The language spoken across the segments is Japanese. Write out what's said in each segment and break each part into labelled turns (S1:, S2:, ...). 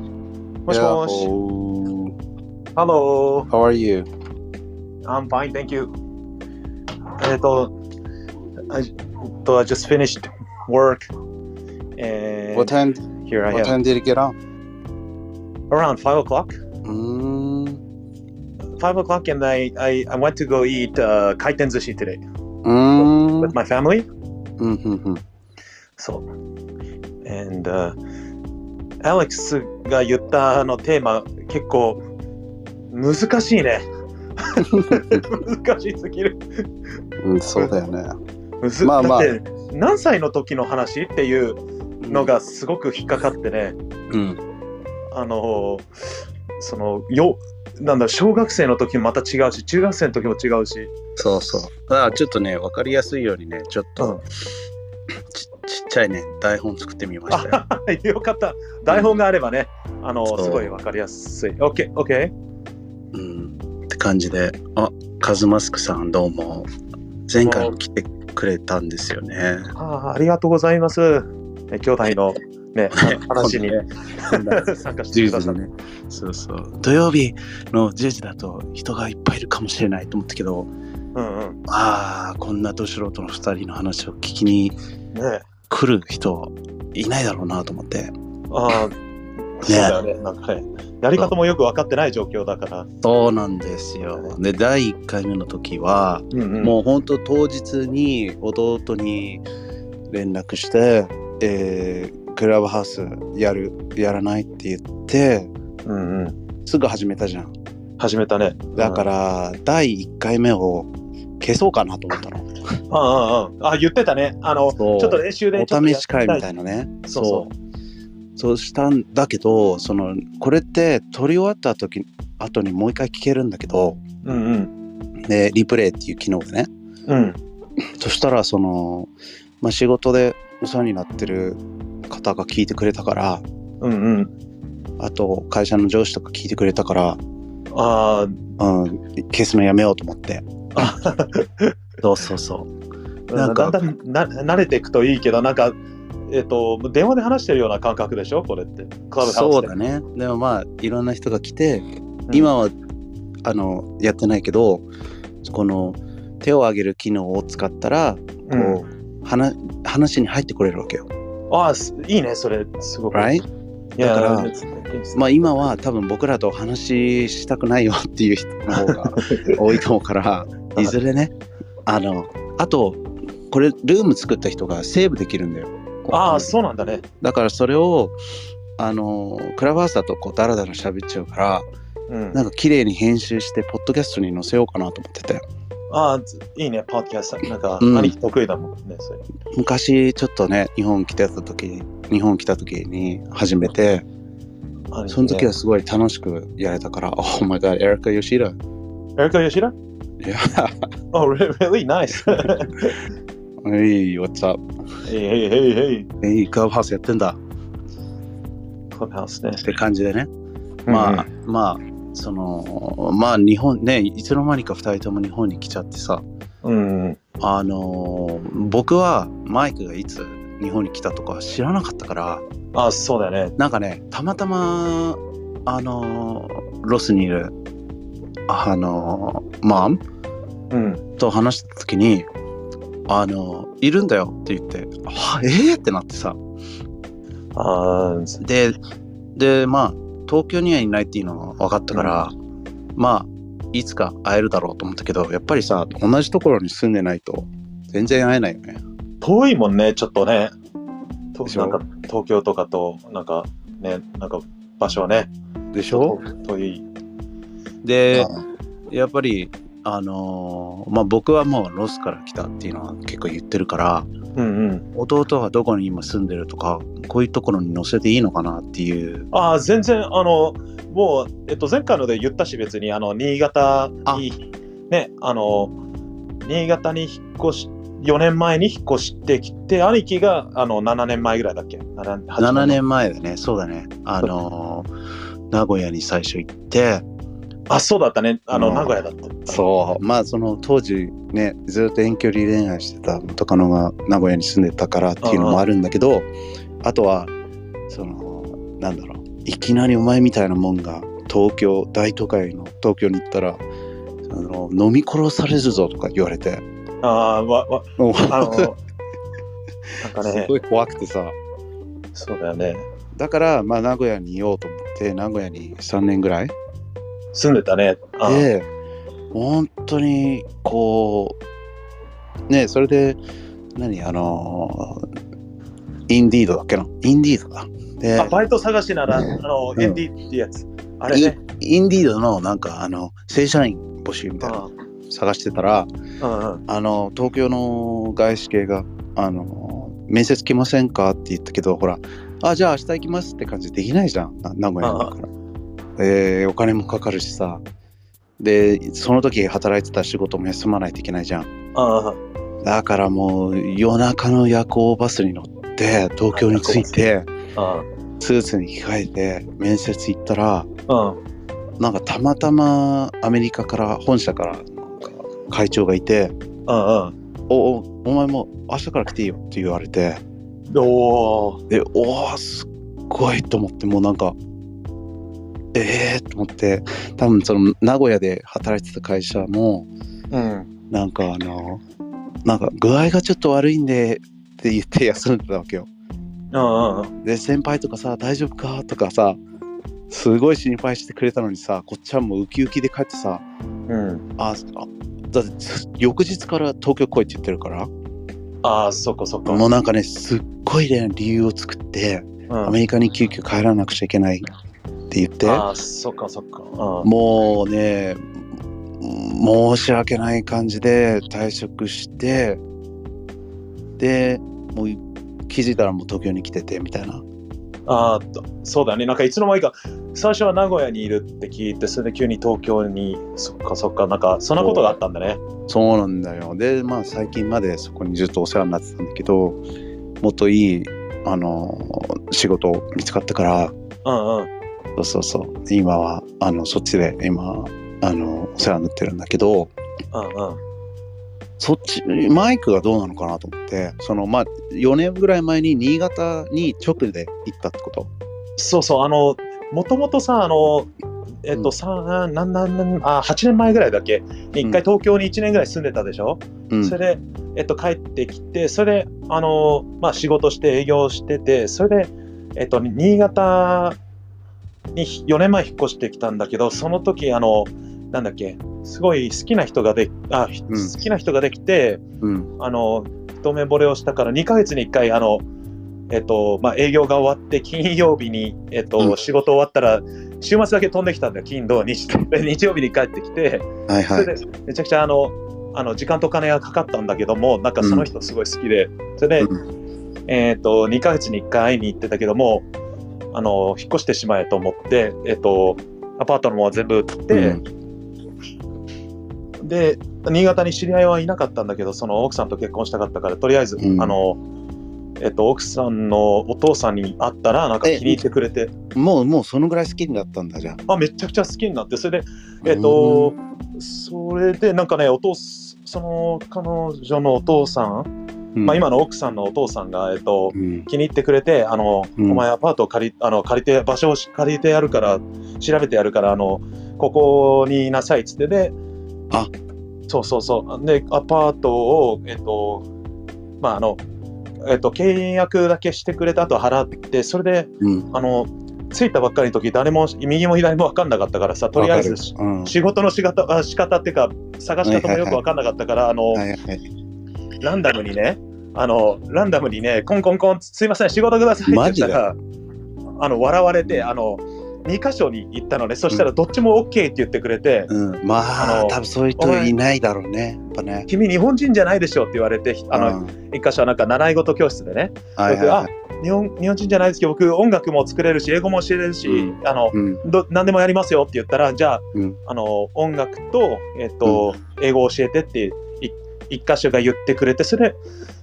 S1: もしもし。Hello,
S2: Hello. How are you?
S1: I'm fine, thank you. えっと、I, と I just finished work. And
S2: What time?
S1: here I
S2: What
S1: am.
S2: time did it get on?
S1: Around 5 o'clock.
S2: うん。
S1: 5 o'clock, and I, I, I went to go eat uh, kaiten sushi today
S2: うん。
S1: with my family.
S2: うんうん
S1: そう。And、uh, Alex が言ったあのテーマ結構難しい ね。難しすぎる。
S2: うんうん。そうだよね。
S1: むず
S2: まあまあ
S1: だって何歳の時の話っていうのがすごく引っかかってね、
S2: うん。
S1: あのそのよなんだ小学生の時もまた違うし中学生の時も違うし、
S2: そうそう。ああ、ちょっとね、わかりやすいようにね、ちょっ
S1: う
S2: とちちっちゃいね、台本作ってみましたよ。
S1: ん、よかった台本があればねあの
S2: そう
S1: すごいわかりやすい OKOK、OK
S2: うん。って感じで、あ、カズマスクさんどうも。前回も来てくれたんですよね。
S1: ああありがとうございますね兄弟の ね 話に、ね、
S2: こんな
S1: 参加して
S2: 10
S1: くだ
S2: 時
S1: さ
S2: の
S1: って
S2: ね。そうそう。土曜日の10時だと人がいっぱいいるかもしれないと思ったけど、
S1: うんうん
S2: ああ、こんなど素人の2人の話を聞きに
S1: ね
S2: 来る人いないだろうなと思って。
S1: ああそうだよねなんかねやり方もよく分かってない状況だから、
S2: そうなんですよ。で、第1回目の時は、
S1: うんうん、
S2: もう本当当日に弟に連絡して、えークラブハウスやる、やらないって言って、
S1: う、うんうん、
S2: すぐ始めたじゃん。
S1: 始めたね
S2: だからら、第1回目を消そうかなと思ったの。
S1: ああああ言ってたね。あの、ち
S2: そ
S1: ょ
S2: う
S1: っと練習でちょっ
S2: お
S1: と
S2: 試
S1: やっ
S2: し会み
S1: た
S2: た
S1: い。
S2: いなね
S1: そ
S2: そう
S1: そ
S2: うそうしたんだけどそのこれって撮り終わった時後にもう一回聞けるんだけど、
S1: うんうん。
S2: ね、リプレイっていう機能でね
S1: うん。
S2: そしたらその、まあ、仕事でお世話になってる方が聞いてくれたから
S1: うんうん。
S2: あと会社の上司とか聞いてくれたから、
S1: あ
S2: うん、消すのやめようと思って
S1: あ、
S2: そうそうそう
S1: あ、な
S2: な
S1: ん
S2: んか
S1: だんだんな慣れていくといいけど、なんか、えっ、と、電話で話してるような感覚でしょ、これって。クラブハウス
S2: そう
S1: で
S2: だねでもまあいろんな人が来て
S1: うん
S2: 今はあのやってないけどこの手を上げる機能を使ったら
S1: うん
S2: こう、話話に入ってこれるわけよ。
S1: ああ、すいいね、それ、すごく。
S2: Right?
S1: いや
S2: だから
S1: ま
S2: まあ今は多分僕らと話したくないよっていう人の方が多いと思う から
S1: い
S2: いずれねあのあとこれルーム作った人がセーブできるんだよ。
S1: ああ、そうなんだね。
S2: だからそれをあのクラブハウスだとこうダラダラ喋っちゃうから
S1: うん。
S2: なんか綺麗に編集してポッドキャストに載せようかなと思ってて。
S1: ああ、ついいね、パーキャスト。なんか、
S2: うん
S1: 兄貴得意だもんね、それ。
S2: 昔ちょっとね日本来てた時日本来た時に始め
S1: 兄
S2: て
S1: 貴ね
S2: その時は。すごい楽しくやれたから 「Oh my god エリカ・ヨシーラ」
S1: エリカ・ヨシラ
S2: い や
S1: Oh, re- really nice.
S2: 「Hey what's up
S1: hey, hey, hey, hey.
S2: いいクラブハウスやってんだ」
S1: クラブハウスね
S2: っ。て感じでねまあ、
S1: あ、
S2: まあそのまあ日本ねいつの間にか2人とも日本に来ちゃってさ
S1: うんうん。
S2: あのー僕はマイクがいつ日本に来たとか知らなかったから
S1: あ、そうだよね。
S2: なんかねたまたまあのーロスにいるあのーマン
S1: うん。
S2: と話した時に「あのいるんだよ」って言って「はえー!」ってなってさ
S1: ああ、
S2: ででまあ東京にはいないっていうのが分かったから、まあいつか会えるだろうと思ったけどやっぱりさ同じところに住んでないと全然会えないよね
S1: 遠いもんね、ちょっとね。と
S2: でし
S1: な
S2: ょ
S1: んか東京とかと、なんかね、なんか場所はね、
S2: でし
S1: 遠い。
S2: で
S1: あ
S2: やっぱりあのーまあ僕はもうロスから来たっていうのは結構言ってるから
S1: うんうん。
S2: 弟がどこに今住んでるとかこういうところに乗せていいのかなっていう
S1: ああ、全然、あの、もう、えっと、前回ので言ったし、別に、あの、新潟に、ね、あの、新潟に引っ越し、4年前に引っ越してきて、兄貴が、あの、7年前ぐらいだっけ ?7
S2: 7。年前だねそうだねあの ー名古屋に最初行って
S1: あ、そうだったね。あの、
S2: うん
S1: 名古屋だった。
S2: そうまあその当時ねずっと遠距離恋愛してた元カノが名古屋に住んでたからっていうのもあるんだけどあとはそのなんだろういきなりお前みたいなもんが東京大都会の東京に行ったらあの飲み殺されるぞとか言われて
S1: あーわわ
S2: もう
S1: あのなんか
S2: す
S1: ね
S2: ごい怖くてさ
S1: そうだよね
S2: だからまあ名古屋にいようと思って名古屋に3年ぐらい
S1: 住んでたねあー
S2: で本当にこうねそれで何あのインディードだっけなインディードだで
S1: あバイト探しなら、あの
S2: うん
S1: エンディってやつあれね
S2: インディードのなんかあの正社員募集みたいな
S1: あ
S2: の探してたら
S1: ーうんうん
S2: あの東京の外資系があの面接来ませんかって言ったけどほらあじゃあ明日行きますって感じできないじゃんな名古屋だから。えーお金もかかるしさでその時働いてた仕事も休まないといけないじゃん
S1: あー
S2: だからもう夜中の夜行バスに乗って東京に着いて
S1: あ
S2: スーツに着替えて面接行ったら
S1: ーうん
S2: なんかたまたまアメリカから本社からなんか会長がいて
S1: うんうん
S2: 「おおお前も明日から来ていいよ」って言われて
S1: おお
S2: でおおすっごいと思ってもうなんかええー、と思って多分その名古屋で働いてた会社も
S1: うん
S2: なんかあのなんか具合がちょっと悪いんでって言って休んでたわけよ
S1: うんうん
S2: で先輩とかさ大丈夫かとかさすごい心配してくれたのにさこっちはもうウキウキで帰ってさ
S1: うん
S2: ああだってつ翌日から東京来いって言ってるから
S1: ああそこそこ
S2: もうなんかねすっごいね理由を作って
S1: うん
S2: アメリカに急遽帰らなくちゃいけないって言って
S1: ああそっかそっかうん
S2: もうね申し訳ない感じで退職してでもう気づいたらもう東京に来ててみたいな
S1: あーとそうだねなんかいつの間にか最初は名古屋にいるって聞いてそれで急に東京にそっかそっかなんかそんなことがあったんだね
S2: そうなんだよでまあ最近までそこにずっとお世話になってたんだけどもっといいあの仕事見つかったから
S1: うんうん
S2: そうそうそう今はあのそっちで今あのお世話になってるんだけど
S1: うんうん
S2: そっちマイクがどうなのかなと思ってそのまあ4年ぐらい前に新潟に直で行ったってこと
S1: そうそうあのもともとさあのえっ
S2: う
S1: と、
S2: ん
S1: 三なんなんなんあ8年前ぐらいだっけに一回東京に1年ぐらい住んでたでしょ、
S2: うん
S1: それで、えっと、帰ってきてそれであの、まあ、仕事して営業しててそれで、えっと、新潟に4年前引っ越してきたんだけどその時あのなんだっけすごい好きな人がであ、ひ
S2: うん
S1: 好きな人ができて
S2: うん
S1: あの一目惚れをしたから2ヶ月に1回あの、えっとまあ、営業が終わって金曜日に、えっと
S2: うん
S1: 仕事終わったら週末だけ飛んできたんだよ金土日とで日曜日に帰ってきて。
S2: はいは
S1: そ
S2: い
S1: れでめちゃくちゃあのあの時間とお金がかかったんだけどもなんかその人すごい好きで、それで、
S2: う
S1: えっと2ヶ月に1回会いに行ってたけどもあの引っ越してしまえと思って、えっとアパートのものは全部売って、で新潟に知り合いはいなかったんだけどその奥さんと結婚したかったからとりあえず、
S2: うん
S1: あのえっと奥さんのお父さんに会ったらなんか気に入ってくれて
S2: うんもうもうそのぐらい好きになったんだじゃ
S1: あめちゃくちゃ好きになってそれでえっと、それでなんかねお父すその彼女のお父さん、
S2: うん
S1: まあ、今の奥さんのお父さんが、えっと、
S2: うん
S1: 気に入ってくれてあの、
S2: うん
S1: お前アパートを借りあの借りて場所をし借りてやるから調べてやるからあのここにいなさいっつってで
S2: あ
S1: そうそうそうでアパートをえっとまああのえっと契約だけしてくれた後払ってそれで
S2: うん
S1: あの着いたばっかりの時誰も右も左も分かんなかったからさとりあえず
S2: わかるうん
S1: 仕事の仕方あ仕方っていうか探し方もよく分かんなかったから、
S2: はいはい
S1: あのランダムにねあのランダムにねコンコンコンすいません仕事くださいって言ったらあの笑われてあの2箇所に行ったのねそしたらどっちも OK って言ってくれて、
S2: うんま
S1: あ
S2: あ
S1: の
S2: 多分そういう人いないだろうねやっぱね
S1: 君日本人じゃないでしょって言われてあの、
S2: うん
S1: 一箇所はなんか習い事教室でね、
S2: はいはいはい
S1: 僕あ日本日本人じゃないですけど僕音楽も作れるし英語も教えれるし、
S2: う
S1: あの
S2: うん
S1: ど何でもやりますよって言ったらじゃあ,、
S2: うん
S1: あの音楽と,、えっと英語を教えてってい一箇所が言ってくれてそれで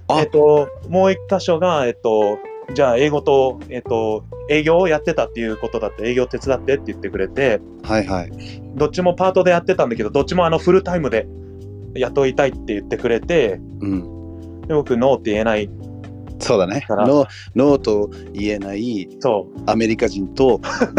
S2: あ
S1: えっともう一箇所が、えっとじゃあ英語と,、えっと営業をやってたっていうことだって営業手伝ってって言ってくれて
S2: はいはい
S1: どっちもパートでやってたんだけどどっちもあのフルタイムで雇いたいって言ってくれて
S2: うん
S1: で僕ノーって言えない
S2: そうだね。
S1: だから
S2: ノーノーと言えない
S1: そう。
S2: アメリカ人 と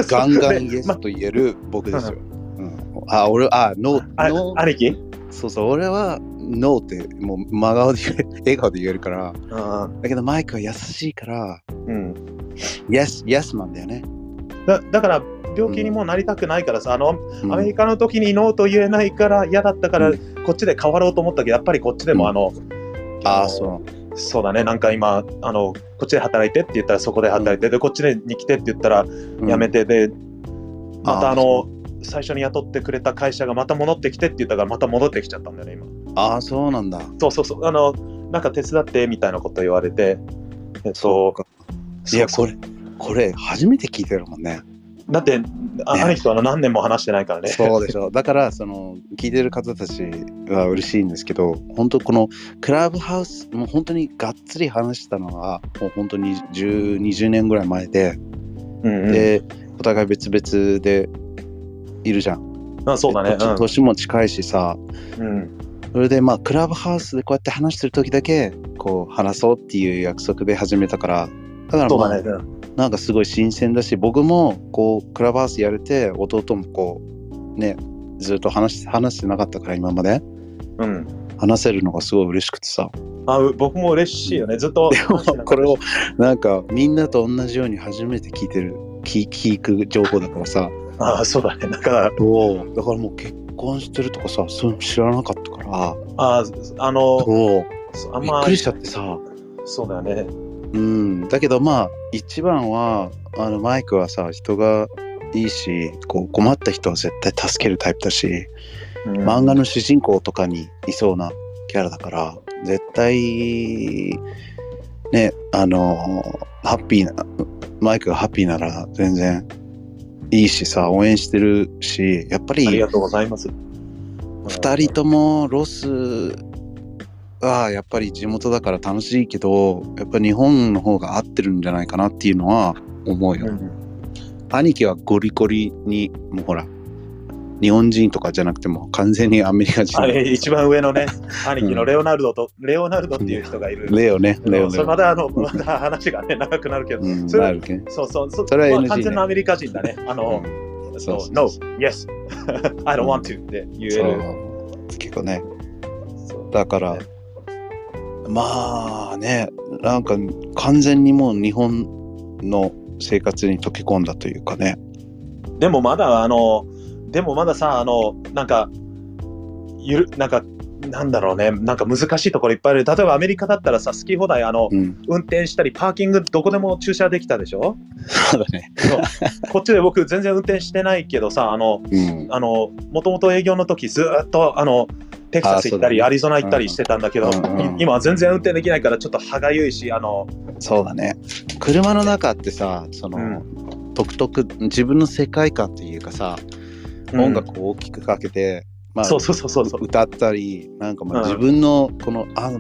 S2: ガンガンイエスと言える僕ですよ。うん、あ、俺、あ、ノ
S1: あ
S2: ー、ノー、
S1: 兄貴
S2: そうそう、俺はノーってもう真顔で言え、笑顔で言えるから、
S1: うん
S2: だけどマイクは優しいから、
S1: うん。
S2: イエス、イエスマンだよね。
S1: だだから、病気にもなりたくないからさ、あの、
S2: うん
S1: アメリカの時にノーと言えないから嫌だったから、
S2: う
S1: こっちで変わろうと思ったけど、やっぱりこっちでも、
S2: うん
S1: あの、
S2: あ
S1: の
S2: あ、そう。
S1: そうだね、なんか今、あの、こっちで働いてって言ったらそこで働いて、で、こっちでに来てって言ったら
S2: うん
S1: やめて、で、また
S2: あー
S1: あの、最初に雇ってくれた会社がまた戻ってきてって言ったから、また戻ってきちゃったんだよね、今。
S2: ああ、そうなんだ。
S1: そうそうそう、あの、なんか手伝ってみたいなこと言われて、えっ
S2: そう
S1: と、
S2: か。い
S1: そう
S2: や、これ、これ、初めて聞いてるもんね。
S1: だって、あ
S2: ね
S1: 兄貴とあの何年も話してないからね。
S2: そうでしょ。だから、その、聞いてる方たちは嬉しいんですけど、本当この、クラブハウス、もう本当にがっつり話したのは、もう本当に10、20年ぐらい前で、
S1: うんうん
S2: で、お互い別々でいるじゃん。
S1: あそうだね。
S2: 年年も近いしさ、
S1: うんうん
S2: それで、まあ、クラブハウスでこうやって話してる時だけ、こう、話そうっていう約束で始めたから、だから、
S1: そう
S2: ま
S1: だ
S2: あ
S1: ね。、うん
S2: なんかすごい新鮮だし僕もこうクラブハウスやれて弟もこうねずっと話し話してなかったから今まで
S1: うん。
S2: 話せるのがすごい嬉しくてさ
S1: あう僕も嬉しいよね。ずっと。
S2: これをなんかみんなと同じように初めて聞いてる聞聞く情報だからさ
S1: あそうだね。だから、
S2: だからもう結婚してるとかさそういうの知らなかったから
S1: ああの、
S2: そう
S1: あん
S2: びっ
S1: ま
S2: くりしちゃってさ
S1: そうだよね。
S2: うんだけどまあ一番はあのマイクはさ人がいいしこう困った人は絶対助けるタイプだし
S1: うん
S2: 漫画の主人公とかにいそうなキャラだから絶対ねあのハッピーなマイクがハッピーなら全然いいしさ応援してるしやっぱ
S1: あり
S2: り
S1: がとうございます。
S2: 2人ともロスはやっぱり地元だから楽しいけどやっぱ日本の方が合ってるんじゃないかなっていうのは思うよ、
S1: うん
S2: 兄貴はゴリゴリにもうほら日本人とかじゃなくても完全にアメリカ人
S1: あれ一番上のね、兄貴のレオナルドと、レオナルドっていう人がいる。
S2: レオね、レオ
S1: それ
S2: レオ。
S1: まだあの、まだ話がね、長くなるけど
S2: う、ん、
S1: それ
S2: なるけど
S1: そうそう、そ
S2: それ
S1: ま
S2: は NG
S1: あ
S2: ね
S1: 完全なアメリカ人だね。あの、えっ
S2: そう
S1: と
S2: そう
S1: No, Yes, I don't want to って言える。
S2: そう結構ね、
S1: そう
S2: だから、まあね、なんか完全にもう日本の生活に溶け込んだというかね。
S1: でもまだあの、でもまださ、あの、なんか、ゆる、なんか、なんだろうね、なんか難しいところいっぱいある。例えばアメリカだったらさ、好き放題、あの、
S2: うん、
S1: 運転したり、パーキングどこでも駐車できたでしょ
S2: そうだね。
S1: そうこっちで僕全然運転してないけどさ、あの、
S2: うん、
S1: あの、もともと営業の時ずーっと、あの、テキサス行ったり、
S2: あそうだね
S1: アリゾナ行ったりしてたんだけど、
S2: うんうん
S1: い今は全然運転できないから、ちょっと歯がゆいし、あの、
S2: そうだね。車の中ってさ、そうの、独特、自分の世界観というかさ、音楽を大きくかけて、ま
S1: そうそうそうそうそう。
S2: 歌ったりなんかま
S1: う
S2: あ
S1: ん
S2: 自分のこのあ、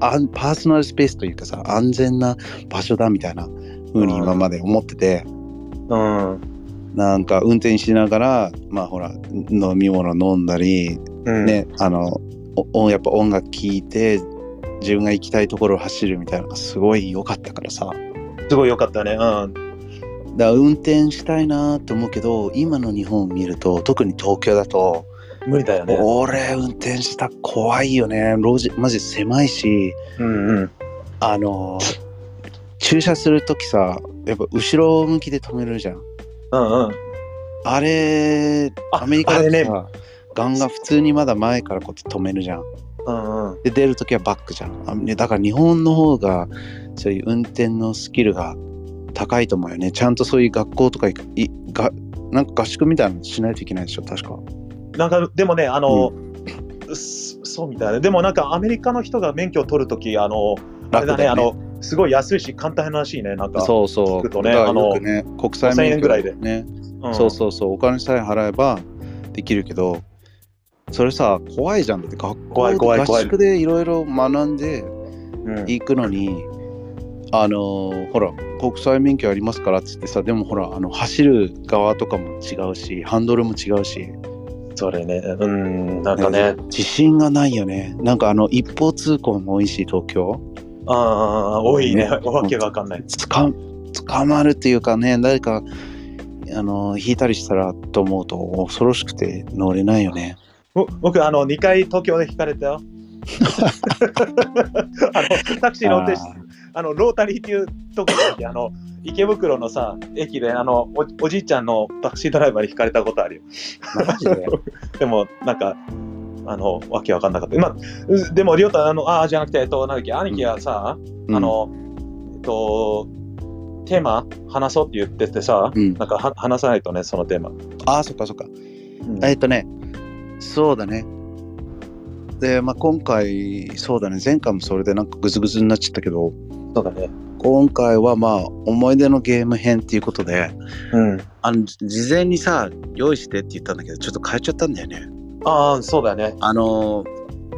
S2: あんパーソナルスペースというかさ安全な場所だみたいな風に今まで思ってて、
S1: うん。
S2: なんか運転しながらまあほら飲み物飲んだり、
S1: うん、
S2: ねあのおおやっぱ音楽聴いて自分が行きたいところを走るみたいなのがすごい良かったからさだか
S1: すごい良かったね。うん。
S2: ら運転したいなと思うけど今の日本を見ると特に東京だと
S1: 無理だよね。
S2: 俺運転した怖いよね路地マジ狭いし
S1: うんうん。
S2: あのー駐車するときさやっぱ後ろ向きで止めるじゃん
S1: うんうん。
S2: あれ
S1: あ
S2: アメリカ
S1: あ
S2: だ
S1: れ
S2: とさ、
S1: ね。
S2: ガンガン普通にまだ前からこうやって止めるじゃん
S1: うんうん。
S2: で出るときはバックじゃんあねだから日本の方がそういう運転のスキルが高いと思うよねちゃんとそういう学校とか行くいがなんか合宿みたいなのしないといけないでしょ確か
S1: なんか、でもね、あの、そそうみたいな。でもなんか、アメリカの人が免許を取るとき、あの、あれだね、あ
S2: 楽よ
S1: の、すごい安いし、簡単らしいね。なんか、
S2: そうそ
S1: 聞
S2: う
S1: くとね
S2: だから
S1: あの
S2: よくね国際
S1: 5000円
S2: 免
S1: ぐ
S2: 許
S1: らいで
S2: ね
S1: うん
S2: そうそうそうお金さえ払えばできるけどそれさ怖いじゃんだって学校
S1: 怖い
S2: で
S1: 怖い怖
S2: 合
S1: い
S2: 宿でいろいろ学んで
S1: うん
S2: いくのにあのーほら国際免許ありますからっつってさでもほらあの走る側とかも違うしハンドルも違うし
S1: それね。うん、なんかね。
S2: 自信がないよねなんかあの一方通行も多いし東京
S1: ああ、多いね。わけわかんない。
S2: つか捕まるっていうかね誰かあの引いたりしたらと思うと恐ろしくて乗れないよね
S1: ぼ僕、あの、2回東京で引かれた よ。あのタクシーの運転手
S2: あー
S1: あのロータリーっていうとこにあの池袋のさ駅であのおおじいちゃんのタクシードライバーに引かれたことあるよ
S2: マジで
S1: でもなんかあのわけわかんなかった、まあう、でも亮太あのああじゃなくてえっとなんだっけ兄貴がさ、あのえっとテーマ話そうって言っててさ、
S2: うん、うん
S1: なんかは話さないとねそのテーマ、
S2: ああそっかそっかえっとね、そうだね。で、まあ、今回、そうだね、前回もそれでなんかグズグズになっちゃったけど、
S1: そうだね
S2: 今回はまあ、思い出のゲーム編っていうことで、
S1: うん
S2: あの、事前にさ、用意してって言ったんだけど、ちょっと変えちゃったんだよね。
S1: ああそうだね
S2: あの、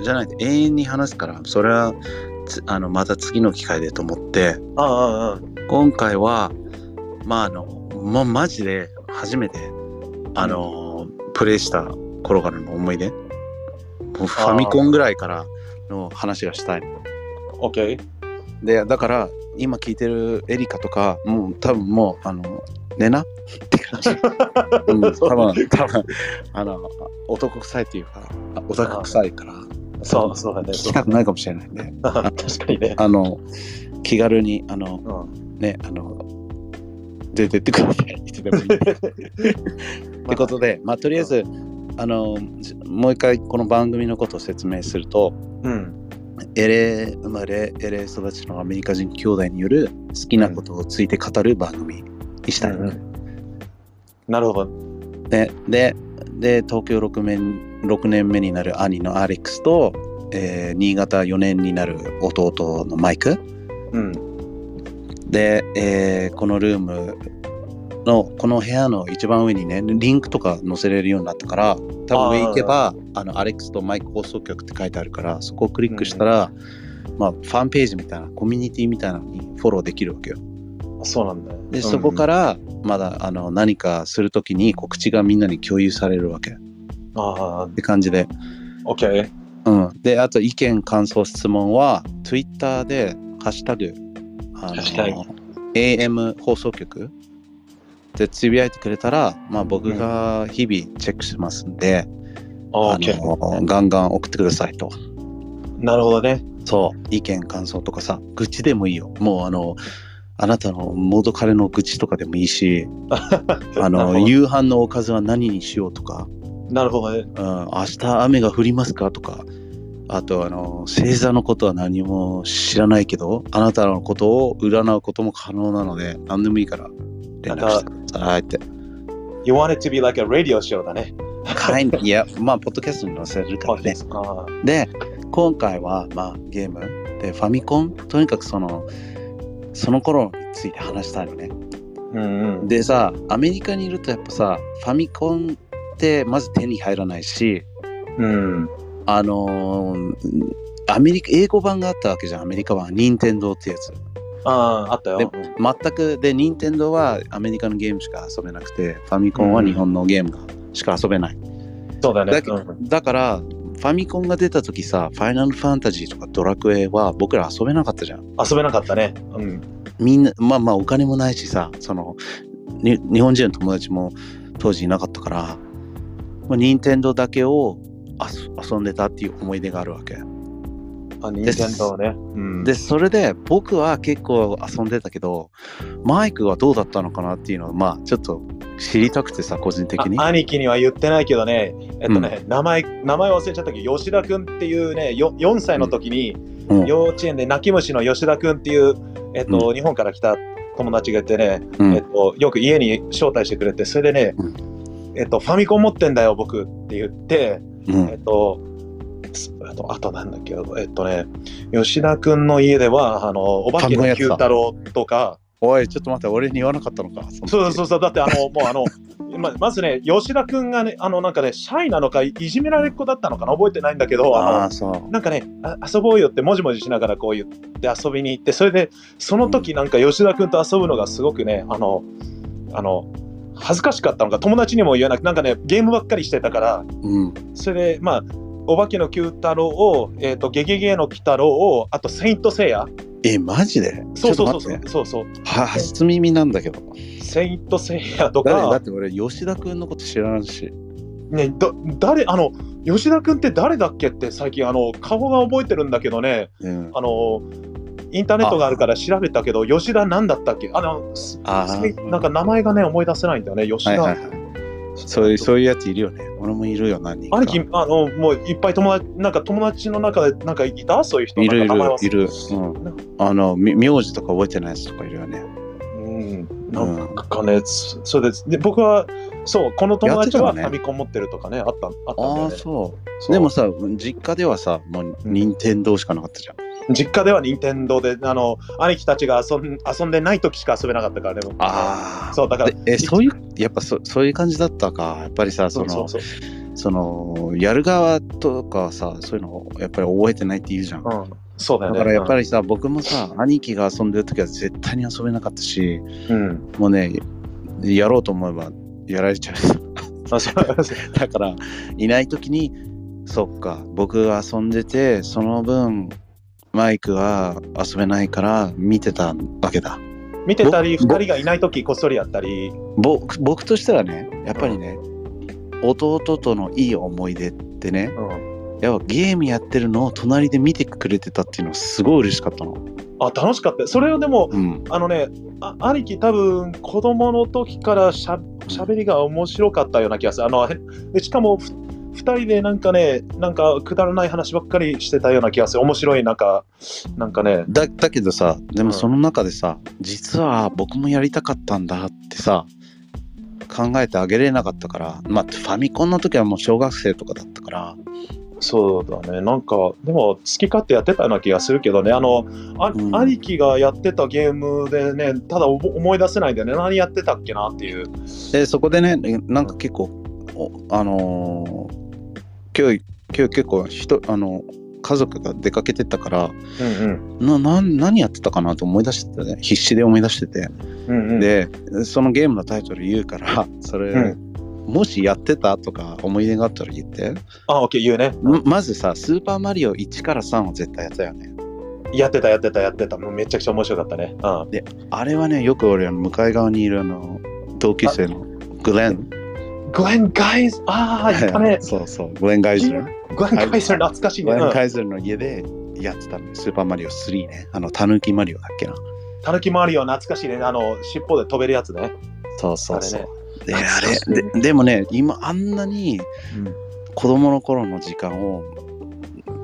S2: じゃないと永遠に話すから、それは、つあの、また次の機会でと思って、
S1: あああ
S2: 今回は、まあ、あの、ま、マジで初めて、あの、プレイした頃からの思い出。もうファミコンぐらいからの話がしたい。
S1: オッケー
S2: で、だから、今聞いてるエリカとか、もう多分もう、あの、寝なって感 じ。うん、多分、多分、あの、男臭いっていうか、あオタク臭いから、
S1: そうそうだね
S2: 聞
S1: そ
S2: き
S1: う
S2: たくないかもしれないんで、
S1: 確かにね、
S2: あの、気軽に、あの、
S1: うん
S2: ね、あの、出てってください。いつで もいいんで。ってことで、まあ、とりあえず、あの、じもう一回この番組のことを説明すると、
S1: うん。
S2: LA 生まれ、LA 育ちのアメリカ人兄弟による好きなことをついて語る番組にしたいのね、
S1: なるほど。
S2: でで、で、東京6年 ,6 年目になる兄のアレックスと、えー新潟4年になる弟のマイク。
S1: うん。
S2: で、えーこのルームのこの部屋の一番上にねリンクとか載せれるようになったから多分上行けばあのアレックスとマイク放送局って書いてあるからそこをクリックしたら、まあ、ファンページみたいなコミュニティみたいなのにフォローできるわけよ
S1: そうなんだよ。。
S2: でそこかららまだあの何かするときに告知がみんなに共有されるわけっ
S1: ああ、
S2: て感じで、
S1: OK。
S2: うん、であと意見感想質問は Twitter で「ハッシュタグあ
S1: ハッシュタ
S2: AM 放送局でつぶやいてくれたら、まあ、僕が日々チェックしますんで、あ
S1: OK。
S2: のガンガン送ってくださいと
S1: なるほどね。
S2: そう意見感想とかさ愚痴でもいいよもうあのあなたの元彼の愚痴とかでもい いしあ
S1: なるほ
S2: の
S1: ど
S2: 夕飯のおかずは何にしようとか、
S1: なるほどね。
S2: うん、明日雨が降りますかとかあとあの星座のことは何も知らないけどあなたのことを占うことも可能なので何でもいいから連絡してくださいって
S1: You want it to be like a radio show だね。
S2: kind of いやまあポッドキャストに載せるからね
S1: あ
S2: で今回はまあゲームでファミコンとにかくそのその頃について話したいのね
S1: うんうん。
S2: でさアメリカにいるとやっぱさファミコンってまず手に入らないし
S1: うん。
S2: あのーアメリカ英語版があったわけじゃんアメリカは任天堂ってやつ
S1: ああ、あったよ。うん
S2: 全くで任天堂はアメリカのゲームしか遊べなくてファミコンは日本のゲームがしか遊べない、
S1: そうだね
S2: だ。け
S1: うん
S2: だからファミコンが出た時さファイナルファンタジーとかドラクエは僕ら遊べなかったじゃん
S1: 遊べなかったね。うん。
S2: みんなまあまあお金もないしさそのに日本人の友達も当時いなかったから、まあ、任天堂だけを遊遊んでたっていう思い出があるわけ
S1: あ、任天堂ね。うん。
S2: でそれで僕は結構遊んでたけどマイクはどうだったのかなっていうのはまあちょっと知りたくてさ個人的に
S1: あ兄貴には言ってないけどね、えっとね、名前、名前忘れちゃったけど、吉田くんっていうね、よ4歳の時に、
S2: うん
S1: 幼稚園で泣き虫の吉田くんっていう、えっと、日本から来た友達がいてね、
S2: うん
S1: えっと、よく家に招待してくれて、それでね、
S2: う
S1: えっと、ファミコン持ってんだよ、僕って言って、え
S2: うん
S1: っと、すあと、あとなんだっけ、えっとね、吉田くんの家では、あの、お化け
S2: ファミコン
S1: の
S2: やってた
S1: 九太郎とか、
S2: おいちょっと待って俺に言わなかったのか
S1: そうそう
S2: う
S1: そうそう、だってあの、もうあの、ままずね、吉田くんがね、あの、なんかね、シャイなのか、いいじめられっ子だったのかな、覚えてないんだけど、
S2: あ
S1: あ
S2: あそ
S1: の、なんかね、あ遊ぼうよって、もじもじしながらこう言って遊びに行って、それで、その時なんか吉田くんと遊ぶのがすごくね、あの、あの、恥ずかしかったのか、友達にも言えなくなんかね、ゲームばっかりしてたから、
S2: ううん
S1: それで、まあ、お化けの九太郎を、えっ、と、ゲゲゲの鬼太郎を、あと、セイントセイヤ
S2: え、マジで
S1: そうそうそう
S2: ちょっと待って
S1: そうそう。
S2: は初耳なんだけど。
S1: セイントセイヤと
S2: だってだっ
S1: か、
S2: て俺、吉田君のこと知らんし。
S1: ね、だ誰、あの、吉田君って誰だっけって最近、あの、顔が覚えてるんだけどね、
S2: うん、
S1: あの、インターネットがあるから調べたけど、吉田なんだったっけあの、す
S2: あー
S1: すなんか名前がね、思い出せないんだよね、吉
S2: はいは
S1: 田
S2: い。はい。そういうそういうやついるよね。俺もいるよ、何人か。
S1: 兄貴、あの、もういっぱい友達、なんか友達の中で、なんかいたそういう人。
S2: いるい
S1: な
S2: る
S1: んか名前忘れ
S2: いる。う。
S1: なん
S2: あの、み名字とか覚えてないやつとかいるよね。
S1: うん、なんかね、つそうです。で、僕は、そう、この友達
S2: やっ
S1: は
S2: て
S1: フ
S2: たの
S1: ァ
S2: ね
S1: ミコン持ってるとかね、あった、あったんだ
S2: あ
S1: よ
S2: あ、
S1: ね。
S2: そう。
S1: そう
S2: でもさ、実家ではさ、もう、任天堂しかなかったじゃん。
S1: 実家では任天堂で、あの、兄貴たちが遊ん遊んでない時しか遊べなかったからね。僕
S2: ああ。
S1: そう、だから、
S2: でえそういうやっぱそそういう感じだったかやっぱりさその
S1: そうそう
S2: そのやる側とかさそういうのをやっぱり覚えてないって言うじゃん、
S1: そう、うん、そうだよ
S2: だ
S1: ね。
S2: からやっぱ
S1: り、
S2: りさ僕もさ兄貴が遊んでる時は絶対に遊べなかったし
S1: うん、
S2: もうねやろうと思えばやられちゃう
S1: あそう
S2: だからいない時にそっか僕が遊んでてその分マイクは遊べないから見てたわけだ
S1: 見てたり、
S2: ぼ
S1: 二
S2: ぼ
S1: 人がいない時こっそりやったり、
S2: 僕僕としてはねやっぱりね、弟とのいい思い出ってね
S1: うん、
S2: やっぱゲームやってるのを隣で見てくれてたっていうのはすごい嬉しかったの。
S1: あ、楽しかった。それをでも、
S2: うん、
S1: あのね、あ兄貴多分子供の時からしゃ喋りが面白かったような気がする。あのへでしかもふ二人でなんかね、なんかくだらない話ばっかりしてたような気がする。面白いなんか、なんかね、
S2: だだけどさで
S1: うん
S2: もその中でさ、実は僕もやりたかったんだってさ考えてあげれなかったからまあファミコンの時はもう小学生とかだったから
S1: そうだね、なんか、でも好き勝手やってたような気がするけどね、あの、あ
S2: うん
S1: 兄貴がやってたゲームでね、ただおぼ思い出せないんだよね、何やってたっけなっていう。
S2: でそこでねなんか結構おあのー今日今日結構人あの家族が出かけてったから
S1: うん
S2: なな何やってたかなと思い出してたね必死で思い出してて
S1: うん。うんうん、
S2: でそのゲームのタイトル言うから それ、
S1: う
S2: もしやってたとか思い出があったら言って、
S1: あ、OK、言うね。
S2: ままずさ「スーパーマリオ1」から3を絶対やったよね
S1: やってた、やってた、やってた。もうめちゃくちゃ面白かったね。うん。
S2: あれはねよく俺あの向かい側にいるあの同級生のグレン。
S1: グレン・ガイズ、ああ、いたね
S2: そうそうグレン・ガイズル
S1: グレン・ガイズ、懐かしい
S2: グ
S1: ね。
S2: レン・
S1: うん
S2: ガイズルの家でやってたのよスーパーマリオ3」ねあのタヌキマリオだっけな
S1: たぬき回りは懐かしいね。あの、尻尾で飛べるやつね。
S2: そうそうそうで
S1: あれね
S2: あ
S1: 懐かしいね
S2: れででもね今あんなに子供の頃の時間を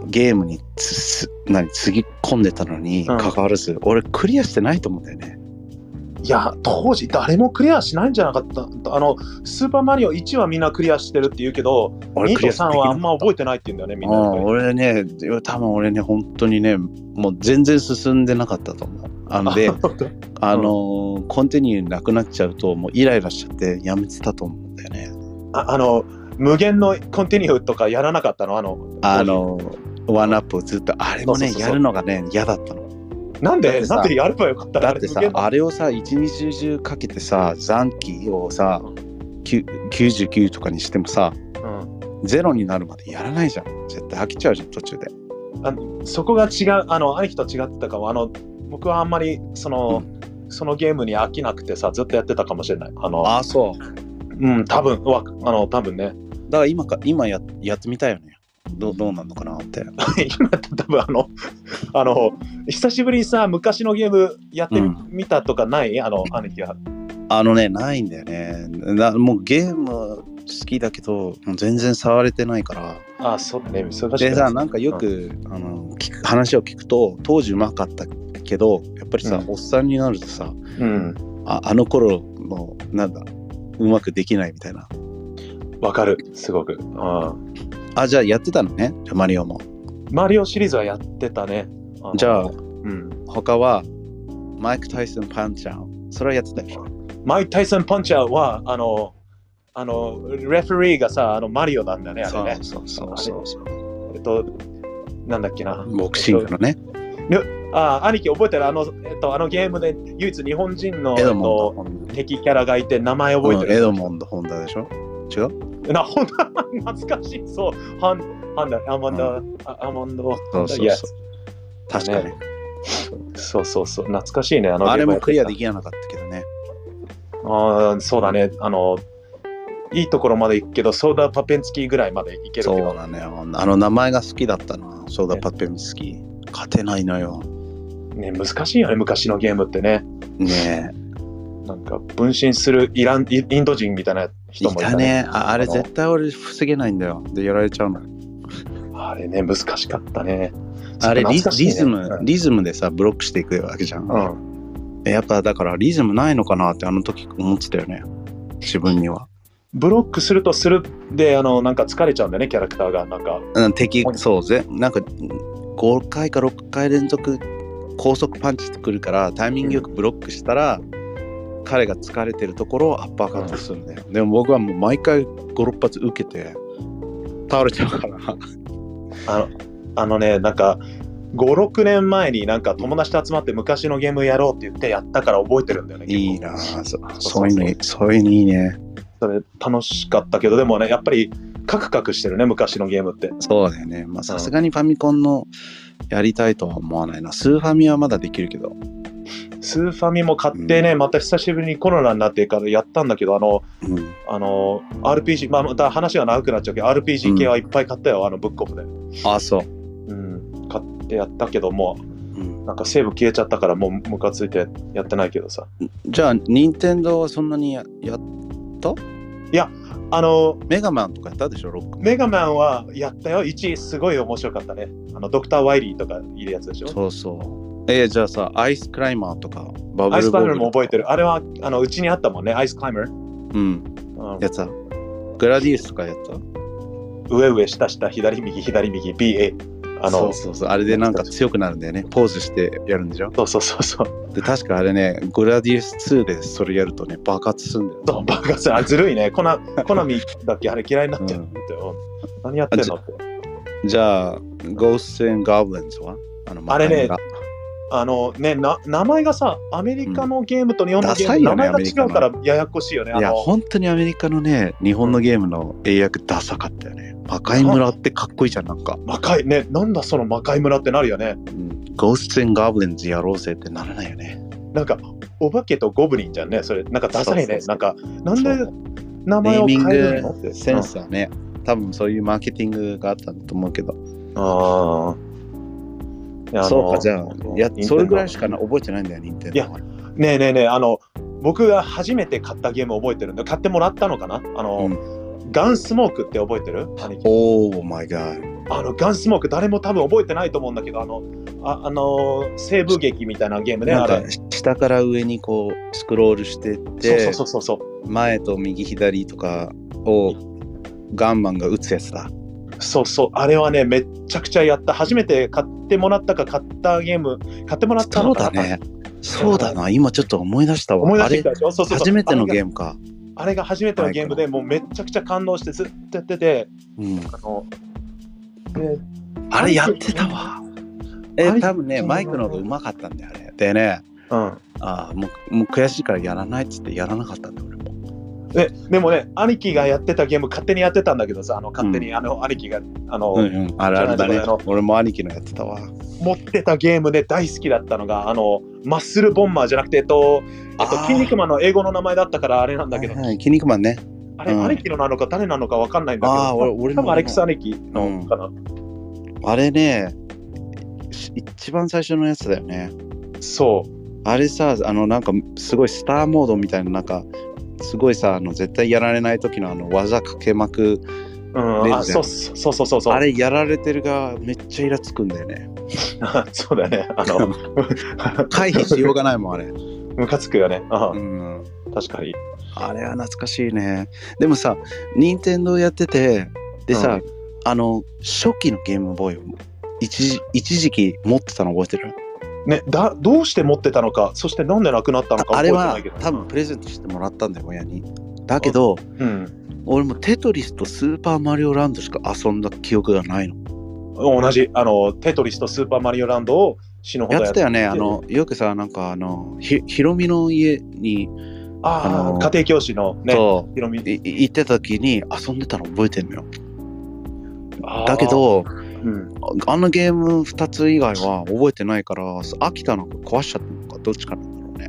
S2: ゲームにつす何つぎ込んでたのに
S1: うん
S2: 関わらず、俺クリアしてないと思うんだよね。
S1: いや、当時誰もクリアしないんじゃなかった。あの、スーパーマリオ1はみんなクリアしてるって言うけど、
S2: 俺
S1: 2
S2: ク
S1: と
S2: リアでき
S1: 3
S2: な
S1: はあん
S2: かっ
S1: ま覚えてないって言うんだよね、み
S2: た
S1: んなやっぱ
S2: うん
S1: り。
S2: 俺ね多分俺ね本当にねもう全然進んでなかったと思う。あのであのーコンティニューなくなっちゃうともうイライラしちゃってやめてたと思うんだよね。
S1: ああの、無限のコンティニューとかやらなかったのあの、
S2: あのーワンアップをずっとあれもね
S1: そうそうそうそう
S2: やるのがね嫌だったの。
S1: なん
S2: だっ
S1: で、
S2: てさ
S1: なんでやればよかったの
S2: だって
S1: あ
S2: さ
S1: れ無限の
S2: あれをさ一日中かけてさ残機をさ
S1: う
S2: きゅ99とかにしてもさ
S1: うん
S2: ゼロになるまでやらないじゃん絶対飽きちゃうじゃん途中で
S1: そこが違う、あの、兄貴と違ってたかも。あの、僕はあんまり、その、そのゲームに飽きなくてさ、ずっとやってたかもしれない。あの、
S2: あそう
S1: うん、多分わあの、多分ね。
S2: だから今か今ややってみたいよねどうどうなんのかなって
S1: 今って多分あの、あの、久しぶりにさ、昔のゲームやってみ,、
S2: うん
S1: たとかないあの、兄貴は。
S2: あのねないんだよねなもうゲーム好きだけどもう全然触れてないから
S1: あ、そうだね、忙しい
S2: でさなんかよく、あの聞く話を聞くと当時うまかったけどやっぱりさ、
S1: うん
S2: おっさんになるとさ
S1: うん、
S2: ああの頃のなんだうまくできないみたいな
S1: わかる、すごく。うん
S2: あじゃあやってたのねじゃあマリオも
S1: マリオシリーズはやってたね。の
S2: じゃあ
S1: うん。
S2: 他はマイク・タイソン・パンチャーそれはやってたでしょ
S1: マイ・タイソン・パンチャーは、あの、あの、レフェリーがさ、あの、マリオなんだね、あれね。
S2: そうそうう
S1: そ
S2: そううそう
S1: えっと、なんだっけな。
S2: ボクシングのね
S1: あ、兄貴覚えてるあの、えっと、あのゲームで唯一日本人の、
S2: エ
S1: えっ
S2: ドモ
S1: と、
S2: ンド本田
S1: 敵キャラがいて、名前覚えて
S2: うん
S1: る。
S2: エドモンド本田でしょ違う
S1: な、ほんと、懐かしい、そう、ハン、ハンだ、アーモンド、あアーモンド、
S2: そうそうそう
S1: いや
S2: 確かね
S1: そうそうそう、懐かしいね。あの
S2: あれもクリアで
S1: き
S2: きなかったけどね。
S1: あーそうだね。あの、いいところまで行くけど、ソーダパペンツキーぐらいまで行けるけ
S2: そ
S1: ど。
S2: うだね。あの名前が好きだったな。ソーダパッペンスキー。勝てないのよ。
S1: ね、難しいよね、昔のゲームってね。
S2: ねえ。
S1: なんか、分身するイランイインド人みたいな人
S2: い
S1: もいた
S2: た
S1: ね。
S2: ね。ああれ絶対俺防げないんだよ。で、やられちゃうの。
S1: あれね、難しかったね。
S2: あれリ,、
S1: 懐かしいね
S2: ズ
S1: う
S2: ム、
S1: ん
S2: リズムでさ、ブロックしていくわけじゃん。
S1: うん、
S2: やっぱだからリズムないのかなってあの時思ってたよね。自分には。
S1: ブロックするとするで、あの、なんか疲れちゃうんだよね、キャラクターが。なんか、
S2: うん敵
S1: う、ん
S2: そうぜ。なんか5回か6回連続高速パンチってくるからタイミングよくブロックしたら、彼が疲れてるところをアッパーカットするんだよ。でも僕はもう毎回5、6発受けて倒れちゃうから。
S1: あのあのね、なんか、5、6年前になんか友達と集まって昔のゲームやろうって言ってやったから覚えてるんだよね。結構
S2: いいなぁそそういうの、そういうのいいね。
S1: それ楽しかったけど、でもね、やっぱりカクカクしてるね、昔のゲームって。
S2: そうだよね。まあさすがにファミコンのやりたいとは思わないな。スーファミはまだできるけど。
S1: スーファミも買ってね、また久しぶりにコロナになってからやったんだけど、あの、
S2: うん。
S1: あの、RPG、まあ、また話が長くなっちゃうけど、RPG 系はいっぱい買ったよ、あの、ブックオフで。
S2: あ、そう。
S1: うん、買ってやったけど、も
S2: うん
S1: う、なんかセーブ消えちゃったから、もうムカついてやってないけどさ。
S2: じゃあ、任天堂はそんなにややった
S1: あの、
S2: メガマンとかやったでしょ、ロック
S1: メガマンはやったよ。1、すごい面白かったね。あの、ドクター・ワイリーとかいるやつでしょ。
S2: そうそう。えーじゃあさ、アイスクライマーとか、バブ
S1: アイ
S2: ル
S1: ス
S2: ボ
S1: クライマ
S2: ール
S1: ーも覚えてる。あれは、あの、うちにあったもんね、アイスクライマー。
S2: うん。
S1: うん
S2: やった。グラディウスとかやった
S1: 上上下下左右左右 BA あ
S2: そ
S1: の
S2: うそうそう。あれでなんか強くなるんだよね。ポーズしてやるんでしょ
S1: そうそうそうそう
S2: で、確かあれね、グラディウス2でそれやるとね、爆発するんだよ。
S1: そうバカさんあずるいねコナコナミだっけあれ嫌いになっちゃう
S2: うん
S1: んだよ、何やってんのって
S2: じゃあ、ゴーストン・ガブリンズはあの
S1: あれね
S2: 魔界
S1: あのねな名前がさアメリカのゲームと日本のゲーム、
S2: うん
S1: 名前
S2: ダサ
S1: が
S2: いよね
S1: 違うからややこしいよね
S2: 村
S1: あ
S2: いや、
S1: の
S2: 本当にアメリカのね、日本のゲームの英訳ダサかったよね。魔界村ってかっこいいじゃん、なんか。
S1: 魔界ねなんだその魔界村ってなるよね
S2: ゴーストン・ガブリンズやろうぜってならないよね。
S1: なんかお化けとゴブリンじゃんねそれなんかダサい
S2: そう
S1: ね
S2: そ
S1: な
S2: うん
S1: かなんで
S2: そう
S1: 名
S2: ネ
S1: 前
S2: ー
S1: を
S2: ミ
S1: 変
S2: ン
S1: えるのって
S2: グセンスはね、多分そういうマーケティングがあったんだと思うけど。
S1: うんあーいやあの
S2: そうか、じゃあ、や
S1: 任天堂
S2: それぐらいしかな覚えてないんだよ、任天堂は。
S1: ねえねえねえあの僕が初めて買ったゲーム覚えてるんで買ってもらったのかなあの、ガンスモークって覚えてる兄貴
S2: おー、マイガー。
S1: あのガンスモーク誰も多分覚えてないと思うんだけどあのああの西部劇みたいなゲームね
S2: なん
S1: あ
S2: か
S1: れ、
S2: 下から上にこう、スクロールしてって、
S1: そうそうそうそう
S2: 前と右左とかをガンマンが打つやつだ。
S1: そうそうあれはねめっちゃくちゃやった初めて買ってもらったか買ったゲーム買ってもらった
S2: そ
S1: の
S2: う
S1: か
S2: だ
S1: な
S2: ね。そうだな。今ちょっと思い出したわ。
S1: 思い出してきたでしょそう
S2: あ
S1: そ
S2: れ
S1: うそう
S2: 初めての
S1: あれ
S2: ゲ
S1: が
S2: ームか。
S1: あれが初めてのゲームでもうめっちゃくちゃ感動してずっとやってて
S2: うん、
S1: あので
S2: あれやってたわ。え
S1: あ、れ
S2: 多分ね、マイクの方がうまかったんだよね。でね、
S1: うん
S2: あーもうもう悔しいからやらないっつってやらなかったんだ俺も。
S1: ででもね、兄貴がやってたゲーム、勝手にやってたんだけどさ、あの勝手に、
S2: う
S1: あの兄貴があの、
S2: うんうん、あれあれだ
S1: じ
S2: ね
S1: ゃないとこ。
S2: 俺も兄貴のやってたわ。
S1: 持ってたゲームで大好きだったのが、あのマッスルボンマーじゃなくて、えっと、えっと
S2: あー
S1: 筋肉マンの英語の名前だったからあれなんだけど、
S2: はいはい、筋肉マンね。
S1: あれ、
S2: うん
S1: 兄貴のなのか誰なのかわかんないんだけど、
S2: あー俺俺
S1: 多
S2: の
S1: 分アレックス兄貴のかな。
S2: あれね、し一番最初のやつだよね。
S1: そう、
S2: あれさ、あの、なんか、すごいスターモードみたいな、なんか、すごいさ、あの、絶対やられない時の、あの、技かけまく、
S1: うん、あ
S2: レジ
S1: そ
S2: だよ
S1: うそうそうそうそう、
S2: あれやられてるが、めっちゃイラつくんだよね。
S1: そうだよね、あの
S2: 回避しようがないもん、あれ。
S1: ムカつくよね、う
S2: う。
S1: ん確かに。
S2: あれは懐かしいね。でもさ、任天堂やってて、でさ、
S1: うん
S2: あの、初期のゲームボーイを一時、一時期持ってたの覚えてる
S1: ね、だどうして持ってたのか、そしてなんでなくなったのか
S2: あ
S1: 覚え
S2: れ
S1: てな
S2: はい
S1: けど、
S2: 多分プレゼントしてもらったんだよ、親に。だけど、
S1: うん、
S2: 俺もテトリスとスーパーマリオランドしか遊んだ記憶がないの。
S1: 同じあの、テトリスとスーパーマリオランドを死ぬほ
S2: や
S1: ど
S2: ってたよね。
S1: やっ
S2: あ
S1: てる
S2: の、よくさ、なんかあの、ひひろみの家に、
S1: ああ、
S2: あの
S1: 家
S2: ー
S1: 庭教師のね、
S2: そ
S1: ヒロミ
S2: う、いい行ってた時に遊んでたの覚えてんのよ。だけ、ど、
S1: あうん、
S2: あのゲーム2つ以外は覚えてないから、飽きたのか壊しちゃったのか、どっちかなんだろうね。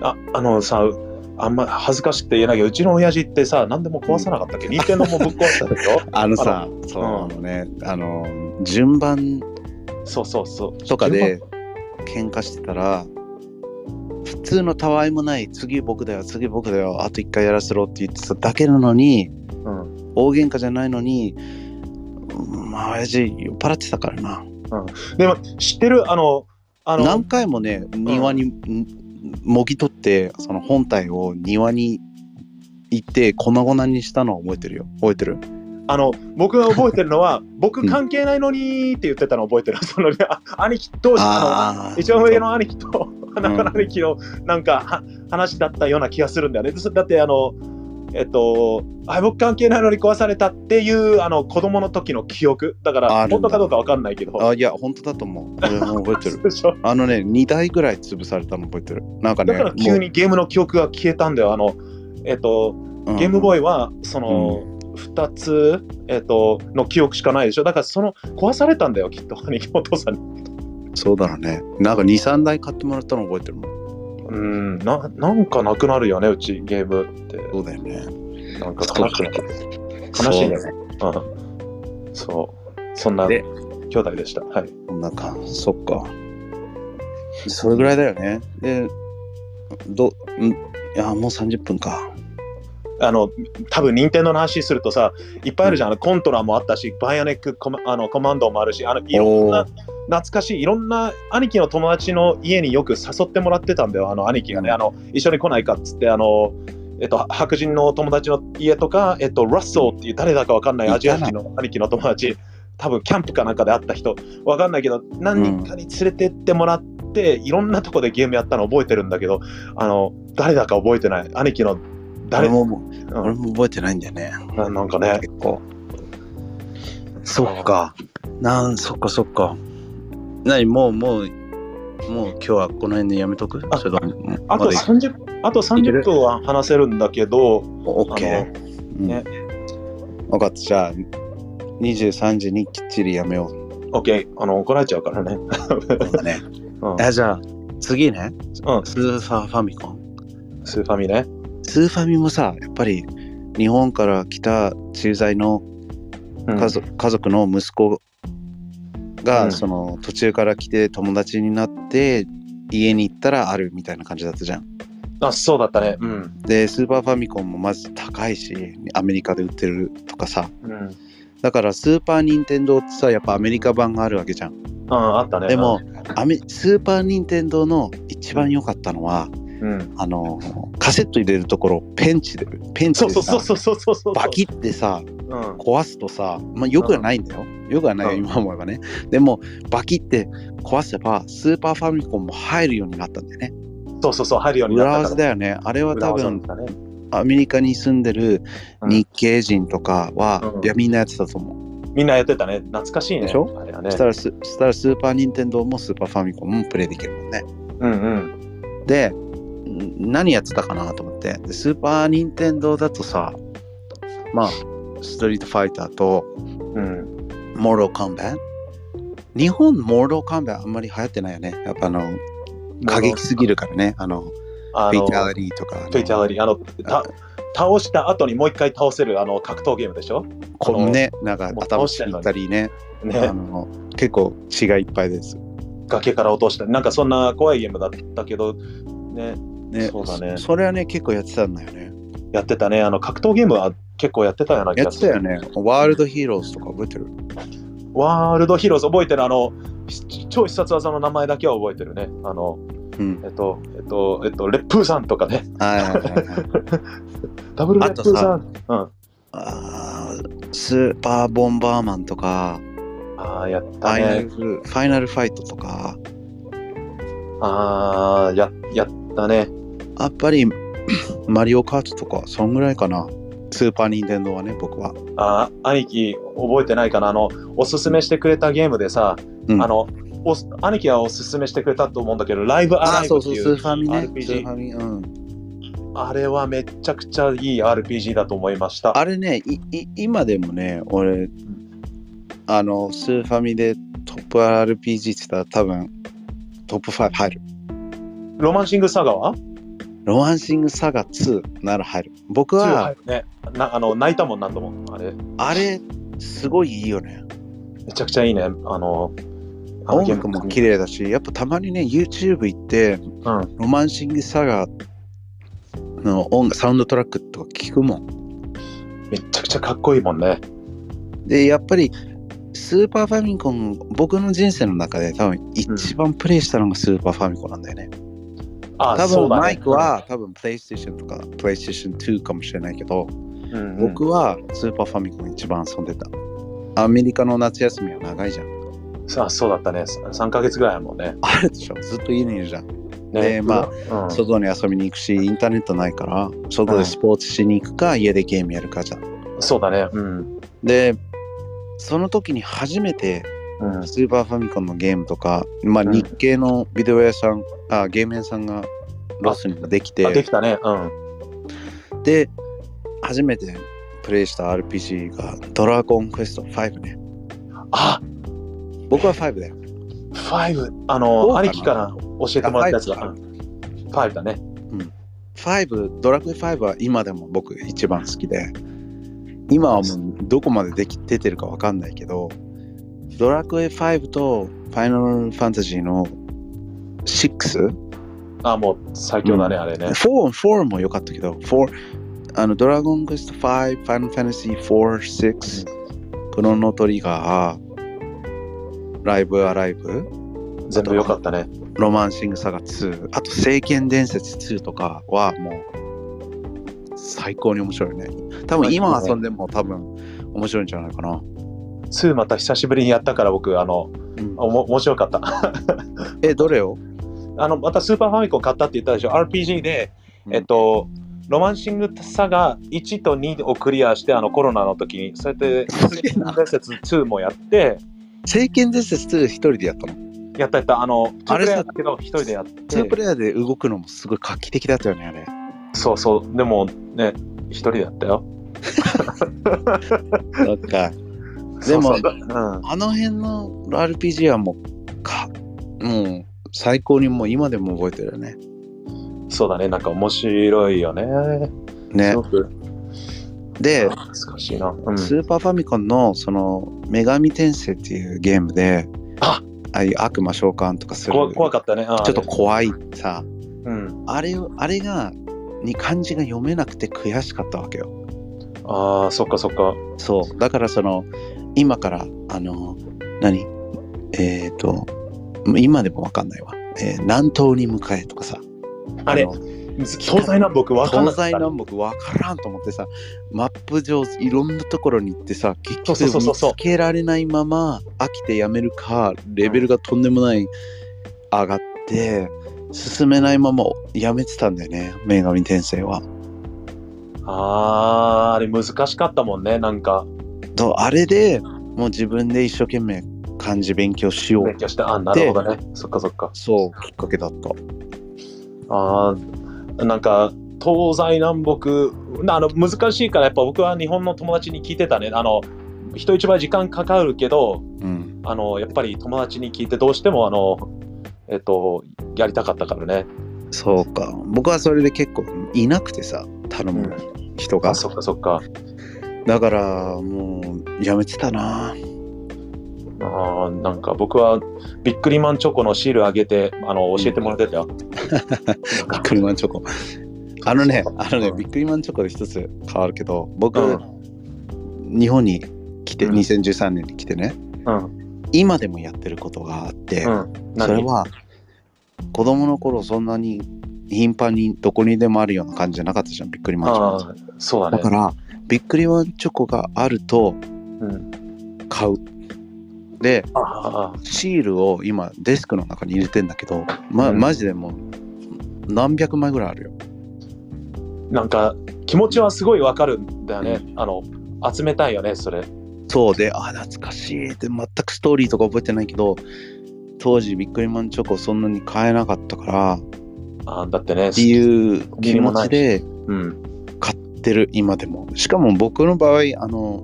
S1: ああのさあんま恥ずかしくて言えないけどうちの親父ってさ何でも壊さなかった っけ任天堂もぶっ壊したでしょ
S2: あのさ、そうあのね、あの、順番
S1: そうそう そう
S2: とかで喧嘩してたら、普通のたわいもない、次僕だよ、次僕だよ、あと1回やらせろって言ってただけなのに、
S1: うんうん
S2: 大喧嘩じゃないのに、うんまあ、親父酔っ払ってたからな。
S1: でも知ってるあのあの
S2: 何回もね庭に、んもぎ取ってその本体を庭に行って粉々にしたのを覚えてるよ覚えてる
S1: あの僕が覚えてるの は僕関係ないのにって言ってたの覚えてる、そのあ兄貴同士あ
S2: あ
S1: の
S2: ー
S1: 一番上の兄貴と 花から兄貴のなんかは話だったような気がするんだよねそだってあのえっとあ僕関係ないのに壊されたっていうあの子供の時の記憶だか
S2: ある
S1: ら
S2: んだ
S1: 本当かどうかわかんないけど
S2: あいや本当だと思う俺も覚え てる
S1: でしょ
S2: あのね2台ぐらい潰されたの覚えてるなんかね
S1: だから急にゲームの記憶が消えたんだよあのえっと
S2: もう
S1: ゲームボ
S2: ーイ
S1: ーイはその、2つ、えっとの記憶しかないでしょだからその壊されたんだよきっと兄貴お父さんに
S2: そうだろうねなんか23台買ってもらったの覚えてるもん
S1: うんななんかなくなるよねうちゲームっ
S2: そうだよね
S1: てなんか悲しくなる悲しいねうんそうそんな
S2: で
S1: 兄弟でしたはい
S2: そんなか、そっか。それぐらいだよね。で、ど、んいや、もう30分か。
S1: あの多分任天堂の話するとさいっぱいあるじゃん、コントラもあったしバイオネックコマあのコマンドもあるしあのいろん
S2: お
S1: な
S2: ー
S1: 懐かしいいろんな兄貴の友達の家によく誘ってもらってたんだよあの兄貴がね、
S2: うん
S1: あの一緒に来ないかっつってあのえっと、白人の友達の家とか、えっと、ラッソーっていう誰だかわかんない
S2: いたな
S1: アジア人の兄貴の友達多分キャンプかなんかで会った人わかんないけど何人かに連れてってもらって、いろんなとこでゲームやったの覚えてるんだけどあの誰だか覚えてない兄貴の誰
S2: 俺ももう、
S1: うん
S2: 俺も覚えてないんだよね。
S1: ななんかね、
S2: 結構。そっか。なん、そっかそっか。なに、もう、もう、もう今日はこの辺でやめとく
S1: あ
S2: それとも、
S1: あと
S2: ま
S1: 30、あと
S2: ける
S1: 30分は話せるんだけど、
S2: オッケ
S1: あの
S2: ー。うん
S1: ね
S2: 分かった。じゃあ、23時にきっちりやめよう。
S1: OK、あの怒られちゃうからね。
S2: そうだね。
S1: うん、
S2: あじゃあ、次ね。
S1: うん
S2: スーパーファミコン。
S1: スーファミね。
S2: スーファミもさやっぱり日本から来た駐在の
S1: うん
S2: 家族,、家族の息子が、
S1: うん
S2: その途中から来て友達になって家に行ったらあるみたいな感じだったじゃん。
S1: あ、そうだったね。うん。
S2: でスーパーファミコンもまず高いしアメリカで売ってるとかさ
S1: うん、
S2: だからスーパー・ニンテンドーってさやっぱアメリカ版があるわけじゃん。
S1: ああったね。
S2: でもアメスーパー・ニンテンドーの一番良かったのは
S1: うん、
S2: あのカセット入れるところペンチでペン
S1: そ
S2: チ
S1: う
S2: で
S1: そうそ
S2: さ
S1: うそうそうそうそう。
S2: バキってさ
S1: うん、
S2: 壊すとさ、まあ、よくはないんだよ。よくはないよ、
S1: うん
S2: 今思えばね。でも、バキって壊せば、スーパーファミコンも入るようになったんだよね。
S1: そうそうそう、入るように
S2: 裏
S1: なった
S2: 技
S1: から。
S2: だよね。あれは多分、
S1: 裏技だね。
S2: アメリカに住んでる日系人とかは、
S1: うん
S2: いや、みんなやってたと思う。
S1: みんなやってたね。懐かしいね。
S2: でしょ
S1: あれはね
S2: そし。たらス、そしたらスーパー・ニンテンドーもスーパーファミコンもプレイできるもんね。
S1: うんうん。
S2: で、ん何やってたかなと思って。でスーパー・ニンテンドーだとさ、まあ、ストリートファイターと、
S1: うん、
S2: モーローカンベン日本モーローカンベンあんまり流行ってないよね。やっぱあの、過激すぎるからね。あの、フ
S1: あ
S2: ェイ
S1: の
S2: ターリーとか、
S1: フェイタリーあのた倒した後にもう一回倒せるあの格闘ゲームでしょ
S2: こうね、なんか
S1: もう
S2: 頭打ったりね。あ
S1: ね
S2: の、結構血がいっぱいです。
S1: 崖から落としたりなんかそんな怖いゲームだったけどね
S2: ね、
S1: そうだね
S2: そそれはね、結構やってたんだよね。
S1: やってたね。あの格闘ゲームは結構やってたような気
S2: や
S1: が
S2: って
S1: す
S2: た
S1: る。
S2: よね。ワールドヒーローズとか覚えてる
S1: ワールドヒーローズ覚えてるあの、ひ超必殺技の名前だけは覚えてるね。あの、
S2: うん。
S1: えっと、えっと、えっと、レップーさんとかね。
S2: はいはいは いはい。
S1: ダブルレップーさん。うん。
S2: あースーパーボンバーマンとか、
S1: ああ、やっ
S2: フ
S1: た
S2: ァイナ
S1: ね
S2: ル。ファイナルファイトとか、
S1: ああ、や、やったね。
S2: やっぱり マリオカートとかそんぐらいかなスーパーニンテンドーはね僕は
S1: ああ、兄貴、覚えてないかな。あの、おすすめしてくれたゲームでさ、
S2: うん
S1: あの、おす兄貴はおすすめしてくれたと思うんだけど、ライブアライブっていう
S2: スーファミね
S1: RPG
S2: スーファミうん
S1: あれはめちゃくちゃいい RPG だと思いました。
S2: あれねいい今でもね俺あの、スーファミでトップ RPG って言ったら多分、トップ5入る。
S1: ロマンシングサガは
S2: ロマンシングサガ2なら入る。僕は、
S1: ね、なあの泣いたもんなと思う。あれ、
S2: あれ、すごいいいよね。
S1: めちゃくちゃいいね。あの、あの
S2: 音楽も綺麗だし、やっぱたまにね、YouTube 行って、
S1: うん。
S2: ロマンシングサガの音楽、サウンドトラックとか聞くもん。
S1: めちゃくちゃかっこいいもんね。
S2: で、やっぱり、スーパーファミコン、僕の人生の中で多分一番プレイしたのがスーパーファミコンなんだよね。
S1: あ
S2: 多
S1: そう
S2: 分
S1: だね
S2: マイクは、多分 PlayStation とか PlayStation2 かもしれないけ
S1: う
S2: ど、
S1: んうん
S2: 僕はスーパーファミコン一番遊んでた。アメリカの夏休みは長いじゃん。
S1: さあそうだったね。3ヶ月ぐらいやもんね。
S2: あるでしょずっと家にいるじゃん。
S1: ね
S2: でま
S1: あうん、
S2: 外に遊びに行くし、インターネットないから、外でスポーツしに行くか、家でゲームやるかじゃん。
S1: そうだね。うん。
S2: で、その時に初めて
S1: うん。
S2: スーパーファミコンのゲームとか、まあ、
S1: うん
S2: 日系のビデオ屋さん、あゲーム屋さんがロスにでき
S1: あで
S2: て
S1: きたね。うん。
S2: で初めてプレイした RPG が「ドラゴンクエスト5」ね
S1: あ
S2: 僕は5だよ
S1: 5。あ
S2: どうか
S1: の、
S2: な
S1: 兄貴から教えてもらったやつだ。
S2: あ
S1: うん5だね。
S2: 5ドラクエ5は今でも僕一番好きで今はもうどこまででき出てるかわかんないけどドラクエ5とファイナルファンタジーの 6?
S1: あ、もう最強だね、あれね。
S2: 4, 4も良かったけど、4あのドラゴンクエスト5、ファイナルファンタジー4、6、クロノトリガー、ライブアライブ、
S1: 全部良かったね。
S2: ロマンシングサガ2、あと聖剣伝説2とかはもう最高に面白いね。多分今遊んでも多分面白いんじゃないかな。
S1: 2また久しぶりにやったから僕、あの、おも面白かった。
S2: え、どれを
S1: あの、またスーパーファミコン買ったって言ったでしょ。RPG で、
S2: うん
S1: えっと、ロマンシングサガ1と2をクリアして、あのコロナの時に、そうやって、
S2: すげえな
S1: 伝説2もやって、
S2: 聖剣伝説2一人でやったの。
S1: やったやった、あの、
S2: あれさ
S1: だけど、一人でやって。
S2: 2プレイヤーで動くのもすごい画期的だったよね、あれ。
S1: そうそう、でもね、一人でやったよ。
S2: そっか。
S1: で
S2: で
S1: も、
S2: も
S1: うん、
S2: あの辺の RPG はもうか、もう最高にもう今でも覚えてるよね。
S1: そうだね、なんか面白いよね。
S2: ね
S1: す。ごく
S2: で、
S1: 懐かしいな。うん、
S2: スーパーファミコンのその女神転生っていうゲームで、
S1: あ
S2: ああいう悪魔召喚とかする。
S1: 怖怖かったね。あ
S2: ちょっと怖いさ、
S1: うん、
S2: あれをあれが、に漢字が読めなくて悔しかったわけよ。
S1: ああ、そっかそっか。
S2: そう。だからその、今から、あの、何えっ、と、今でもわかんないわ。えー南東に向かえとかさ。
S1: あれ
S2: の、
S1: 東西南北分かんな
S2: 東
S1: か
S2: 西
S1: った。
S2: 南北わからんと思ってさマップ上いろんなところに行ってさ結
S1: そうそう
S2: 局
S1: そう
S2: 見
S1: そう
S2: つけられないまま飽きてやめるかレベルがとんでもない上がって進めないままやめてたんだよね女神転生は。
S1: ああー、あれ難しかったもんね、なんか。
S2: とあれでもう自分で一生懸命漢字勉強しよう
S1: 勉強して、あなるほどね。そっかそっか。
S2: そうきっかけだった。
S1: ああ、なんか、東西南北、なあの難しいから、やっぱ僕は日本の友達に聞いてたね。あの人一倍時間かかるけど、
S2: うん、
S1: あのやっぱり友達に聞いてどうしてもあの、えっと、やりたかったからね。
S2: そうか僕はそれで結構いなくてさ頼む人が、
S1: あそっかそっか。
S2: だからもうやめてたな
S1: あーなんか僕はビックリマンチョコのシールあげてあの教えてもらってた よ。なん
S2: ビッ
S1: か
S2: クリマンチョコ。あのね、あのね、
S1: うん
S2: ビックリマンチョコで一つ変わるけど、僕、
S1: うん
S2: 日本に来て、
S1: うん
S2: 2013年に来てね、
S1: うん
S2: 今でもやってることがあって、
S1: うん。
S2: それ
S1: 何
S2: は、子供の頃そんなに頻繁にどこにでもあるような感じじゃなかったじゃん、ビックリマン
S1: あ
S2: チョコ。
S1: あそうだ
S2: だ
S1: ね。
S2: から、ビックリマンチョコがあると
S1: うん、
S2: 買う。で、
S1: ああ
S2: シールを今デスクの中に入れてんだけど、ま、
S1: うん
S2: マジでもう何百枚ぐらいあるよ。
S1: なんか気持ちはすごいわかるんだよね。あの集めたいよねそれ。
S2: そうで、あ、懐かしいって、全くストーリーとか覚えてないけど、当時ビックリマンチョコそんなに買えなかったから、っ
S1: あだってね。
S2: ていう気持ちで
S1: うん。
S2: 買ってる、今でも。しかも僕の場合、あの、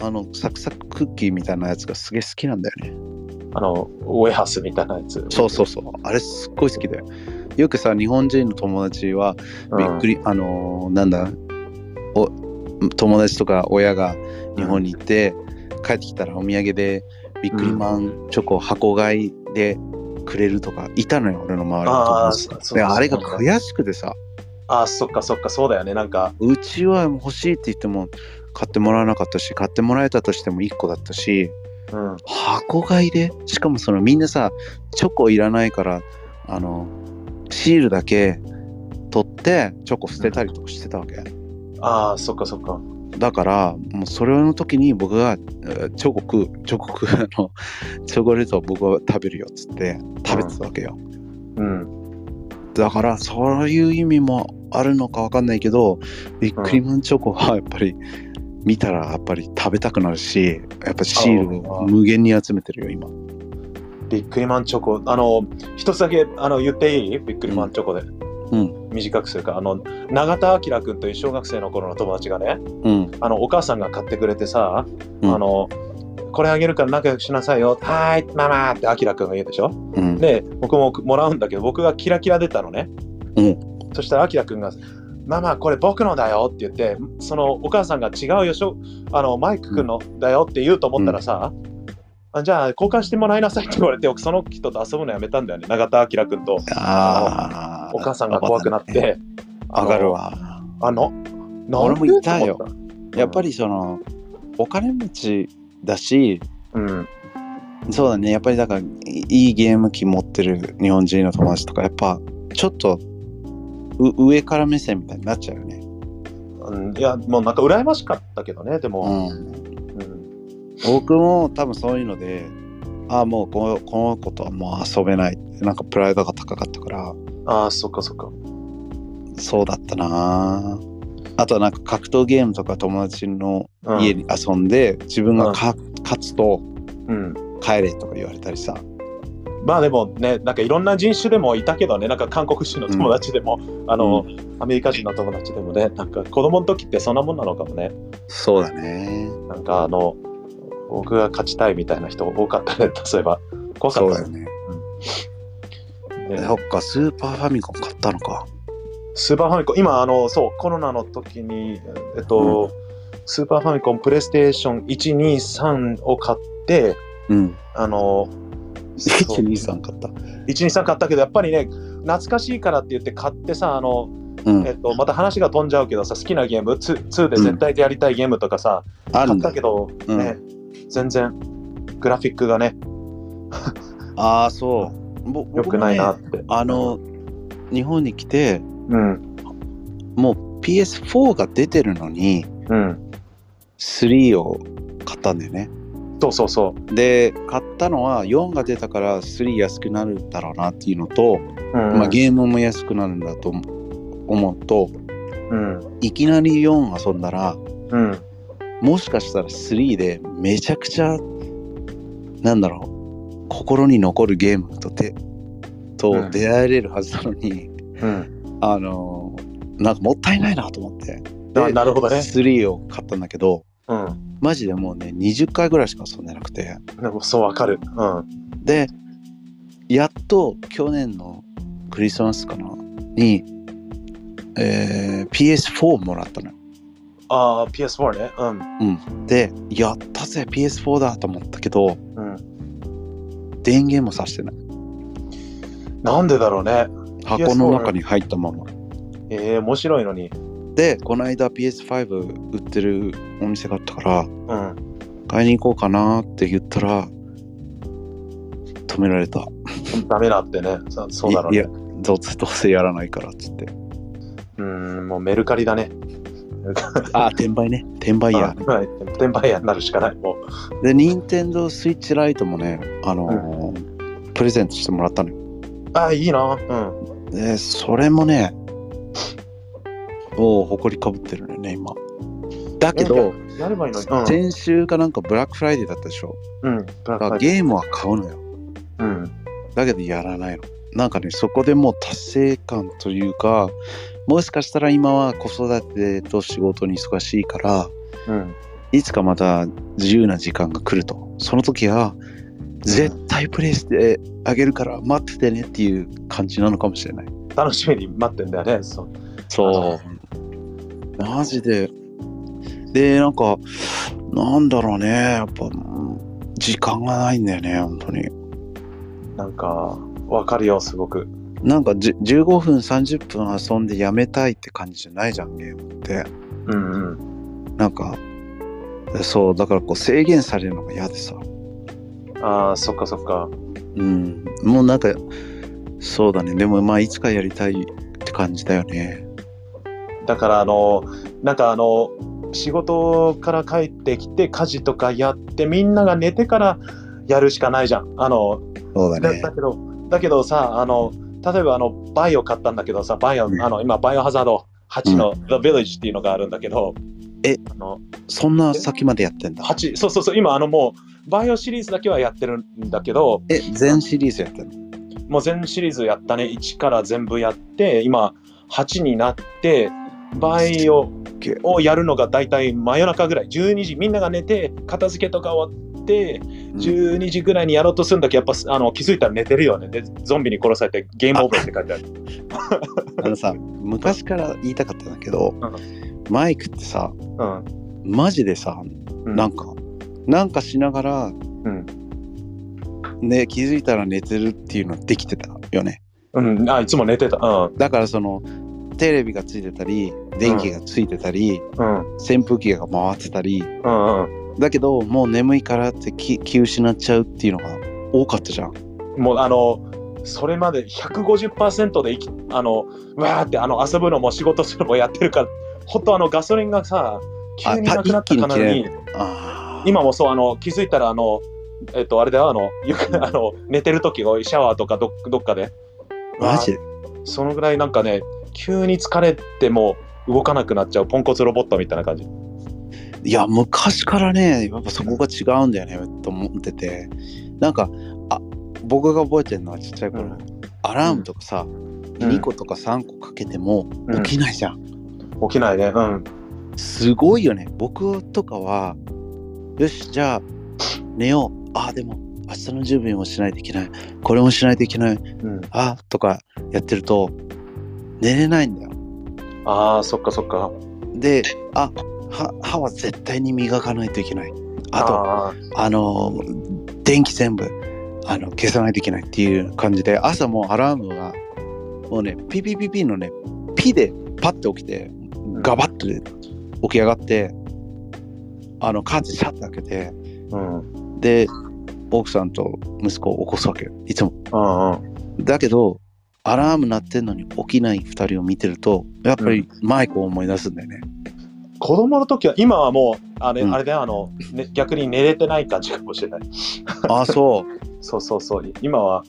S2: あのサクサククッキーみたいなやつがすげえ好きなんだよね
S1: あの、ウェハースみたいなやつ。
S2: そうそうそうあれすっごい好きでよくさ日本人の友達は
S1: うん
S2: びっくり、あのーなんだお友達とか親が日本に行って、帰ってきたらお土産でびっくりマンチョコを箱買いでくれるとかいたのよ俺の周りの友
S1: ああ、
S2: 達
S1: そ
S2: と
S1: う
S2: かであれが
S1: い。
S2: 悔しくてさ
S1: ああ、そっかそっか、そうだよね。なんか、
S2: うちは欲しいって言っても買ってもらわなかったし買ってもらえたとしても1個だったし
S1: うん。
S2: 箱買いでしかもそのみんなさチョコいらないからあのシールだけ取ってチョコ捨てたりとかしてたわけ、
S1: ああ、そっかそっか。
S2: だからもうそれの時に僕がえー「チョコ食うチョコ食う」あの チョコレートを僕は食べるよっつって食べてたわけよ、
S1: うん。
S2: だからそういう意味もあるのかわかんないけどビックリマンチョコはやっぱり見たらやっぱり食べたくなるしやっぱシールを無限に集めてるよ今
S1: ビックリマンチョコ。あの、一つだけあの言っていいビックリマンチョコで。
S2: うん
S1: 短くするから、あの、永田明君という小学生の頃の友達がね、
S2: うん
S1: あの、お母さんが買ってくれてさ、
S2: うん
S1: あの、これあげるから仲良くしなさいよ。はーい、ママって明君が言うでしょ。
S2: うん
S1: で僕ももらうんだけど僕がキラキラ出たのね、
S2: うん
S1: そしたらあきらくんが「ママこれ僕のだよ」って言ってそのお母さんが「違うよしょあのマイクくんのだよ」って言うと思ったらさ、あじゃあ交換してもらいなさいって言われて僕その人と遊ぶのやめたんだよね永田明君と
S2: あー
S1: お母さんが怖くなって
S2: わかるわ
S1: あのな
S2: 俺もいたよ
S1: と思った
S2: やっぱりそのお金持ちだし
S1: うん
S2: そうだねやっぱりだからいいいゲーム機持ってる日本人の友達とかやっぱちょっとう上から目線みたいになっちゃうよね
S1: うんいやもうなんか羨ましかったけどねでも、
S2: うん
S1: うん
S2: 僕も多分そういうのでああもうこのこの子とはもう遊べないなんかプライドが高かったから
S1: ああそっかそっか
S2: そうだったなあとはなんか格闘ゲームとか友達の
S1: うん
S2: 家に遊んで、自分がか勝つと
S1: うん
S2: 帰れとか言われたりさ
S1: まあでもね、なんかいろんな人種でもいたけどね、なんか韓国人の友達でも、あの、アメリカ人の友達でもね、なんか子供の時ってそんなもんなのかもね、
S2: そうだね
S1: なんかあの、僕が勝ちたいみたいな人多かったね、そういえば。怖か
S2: そう
S1: っ
S2: だ
S1: た
S2: よね
S1: ね
S2: そっかスーパーファミコン買ったのか
S1: スーパーファミコン、今、あの、そう、コロナの時に、えっと、スーパーファミコン、プレイステーション1、2、3を買って、
S2: うん
S1: あ の、そう
S2: 123買った
S1: 123買ったけど、やっぱりね、懐かしいからって言って買ってさ、あの、
S2: うん
S1: えっと、また話が飛んじゃうけどさ好きなゲーム 2, 2で絶対でやりたいゲームとかさ、
S2: ある
S1: 買
S2: ん
S1: っ
S2: だ
S1: たけど、
S2: うん
S1: ね全然グラフィックがね
S2: ああそうぼ
S1: 良
S2: 僕
S1: く
S2: も
S1: な
S2: ね
S1: いなって、
S2: あの日本に来て
S1: うん
S2: もう PS4 が出てるのに
S1: うん
S2: 3を買ったんだよね
S1: そうそうそ
S2: で買ったのは4が出たから3安くなるんだろうなっていうのと、
S1: う、うん
S2: まあ、ゲームも安くなるんだと思思うと
S1: うん
S2: いきなり4遊んだら
S1: うん
S2: もしかしたら3でめちゃくちゃなんだろう心に残るゲームとて
S1: う
S2: と
S1: ん
S2: 出会えれるはずなのに、
S1: うん
S2: あのーなんかもったいないなと思って
S1: な
S2: で
S1: なるほどね、
S2: 3を買ったんだけど
S1: うん、
S2: マジでもうね20回ぐらいしか遊んでなくて
S1: でもそうわかる、うん、
S2: でやっと去年のクリスマスかなに、えー PS4 もらったのよ
S1: ああ PS4 ねうん
S2: でやったぜ PS4 だと思ったけど
S1: うん、
S2: 電源もさしてない
S1: なんでだろうね。
S2: 箱の中に入ったまま
S1: えー、面白いのに。
S2: でこの間 PS5 売ってるお店があったから
S1: うん。
S2: 買いに行こうかなって言ったら止められた
S1: ダメだってね。そそうだろう
S2: いい
S1: ね
S2: や。どうせどうせやらないからっつって
S1: うん、もうメルカリだね。
S2: あ転売ね転売や
S1: あはい。転売屋になるしかない。もう。
S2: で、任天堂スイッチライトもね、あのープレゼントしてもらったのよ。
S1: ああ、いいな。うん。
S2: で、それもね、おお、誇りかぶってるのよね、今。だけど、
S1: やればいいのに。
S2: 先週かなんかブラックフライデーだったでしょ。
S1: うん。うん。ブラック
S2: だか
S1: ア
S2: ら
S1: イ
S2: ゲームは買うのよ。
S1: ドうん。
S2: だけどやらないの。なんかね、そこでもう達成感というか、もしかしたら今は子育てと仕事に忙しいから、
S1: うん。
S2: いつかまた自由な時間が来ると。その時は、絶対プレイしてあげるから待っててねっていう感じなのかもしれない。
S1: 楽しみに待ってんだよね。そう
S2: そう。マジで。で、なんか、なんだろうね。やっぱ、うん時間がないんだよね、本当に。
S1: なんか、わかるよ、すごく。
S2: なんかじゅ15分、30分遊んでやめたいって感じじゃないじゃん、ゲームって。
S1: うんうん。
S2: なんか、そう、だからこう制限されるのが嫌でさ。
S1: ああ、そっかそっか。
S2: うん。もうなんか、そうだね。でもまあ、いつかやりたいって感じだよね。
S1: だから、あの、なんかあの、仕事から帰ってきて、家事とかやって、みんなが寝てからやるしかないじゃん。あの、
S2: そうだ
S1: だ
S2: ね。
S1: だけど、だけどさ、あの、例えばあの、バイオ買ったんだけどさ、バイオ、
S2: うん
S1: あの、今、バイオハザード8の、The Village っていうのがあるんだけど、
S2: え
S1: あの、
S2: そんな先までやってんだ。
S1: 8、そうそうそう、今、あの、もう、バイオシリーズだけはやってるんだけど、
S2: え、全シリーズやってんの
S1: もう全シリーズやったね、1から全部やって、今、8になって、バイオ
S2: げえ
S1: をやるのが大体真夜中ぐらい、12時、みんなが寝て、片付けとか終わって、12時ぐらいにやろうとするんだけど、やっぱあの気づいたら寝てるよね。で、ゾンビに殺されて、ゲームオーバーって書いてある。
S2: あ のさ、昔から言いたかったんだけど、マイクってさ、
S1: うん
S2: マジでさ、
S1: うん
S2: なんか、なんかしながら、
S1: うん
S2: ね、気づいたら寝てるっていうのはできてたよね。
S1: うん、あいつも寝てた。うん。
S2: だからその、テレビがついてたり、電気がついてたり、
S1: うん。
S2: 扇風機が回ってたり、
S1: うん。うん
S2: だけど、もう眠いからって気気失っちゃうっていうのが多かったじゃん。
S1: もうあの、それまで150%で生き、あの、うわーってあの遊ぶのも仕事するのもやってるから、ほんとあのガソリンがさ、急になくなったかなの
S2: あた一
S1: に、
S2: あー
S1: 今もそう、あの、気づいたらあの、えっと、あれだよ、あの、ゆあの寝てる時が多いシャワーとかどっどっかで。
S2: マジで
S1: そのぐらいなんかね、急に疲れてもう動かなくなっちゃうポンコツロボットみたいな感じ。
S2: いや昔からねやっぱそこが違うんだよねと思っててなんかあ僕が覚えてるのはちっちゃい頃、
S1: うん
S2: アラームとかさ、
S1: うん
S2: 2個とか3個かけても
S1: うん
S2: 起きないじゃん、
S1: 起きないね。うん。
S2: すごいよね僕とかはよしじゃあ寝ようあでも明日の準備もしないといけないこれもしないといけない
S1: うん、
S2: あとかやってると寝れないんだよ
S1: ああ、そっかそっか。
S2: であ歯歯は絶対に磨かないといけないあと
S1: あ
S2: あの電気全部あの消さないといけないっていう感じで朝もうアラームがもうねピピピピのねピでパッて起きてガバッと起き上がってあのカーテンシャッて開けて
S1: ー、うん。うん
S2: で奥さんと息子を起こすわけよいつも
S1: うん。
S2: だけどアラーム鳴ってんのに起きない2人を見てるとやっぱりマイクを思い出すんだよね、
S1: 子供の時は今はもうあれ,、
S2: うん
S1: あれだよあの、ね、逆に寝れてない感じかもしれない
S2: ああそう
S1: そうそうそう今は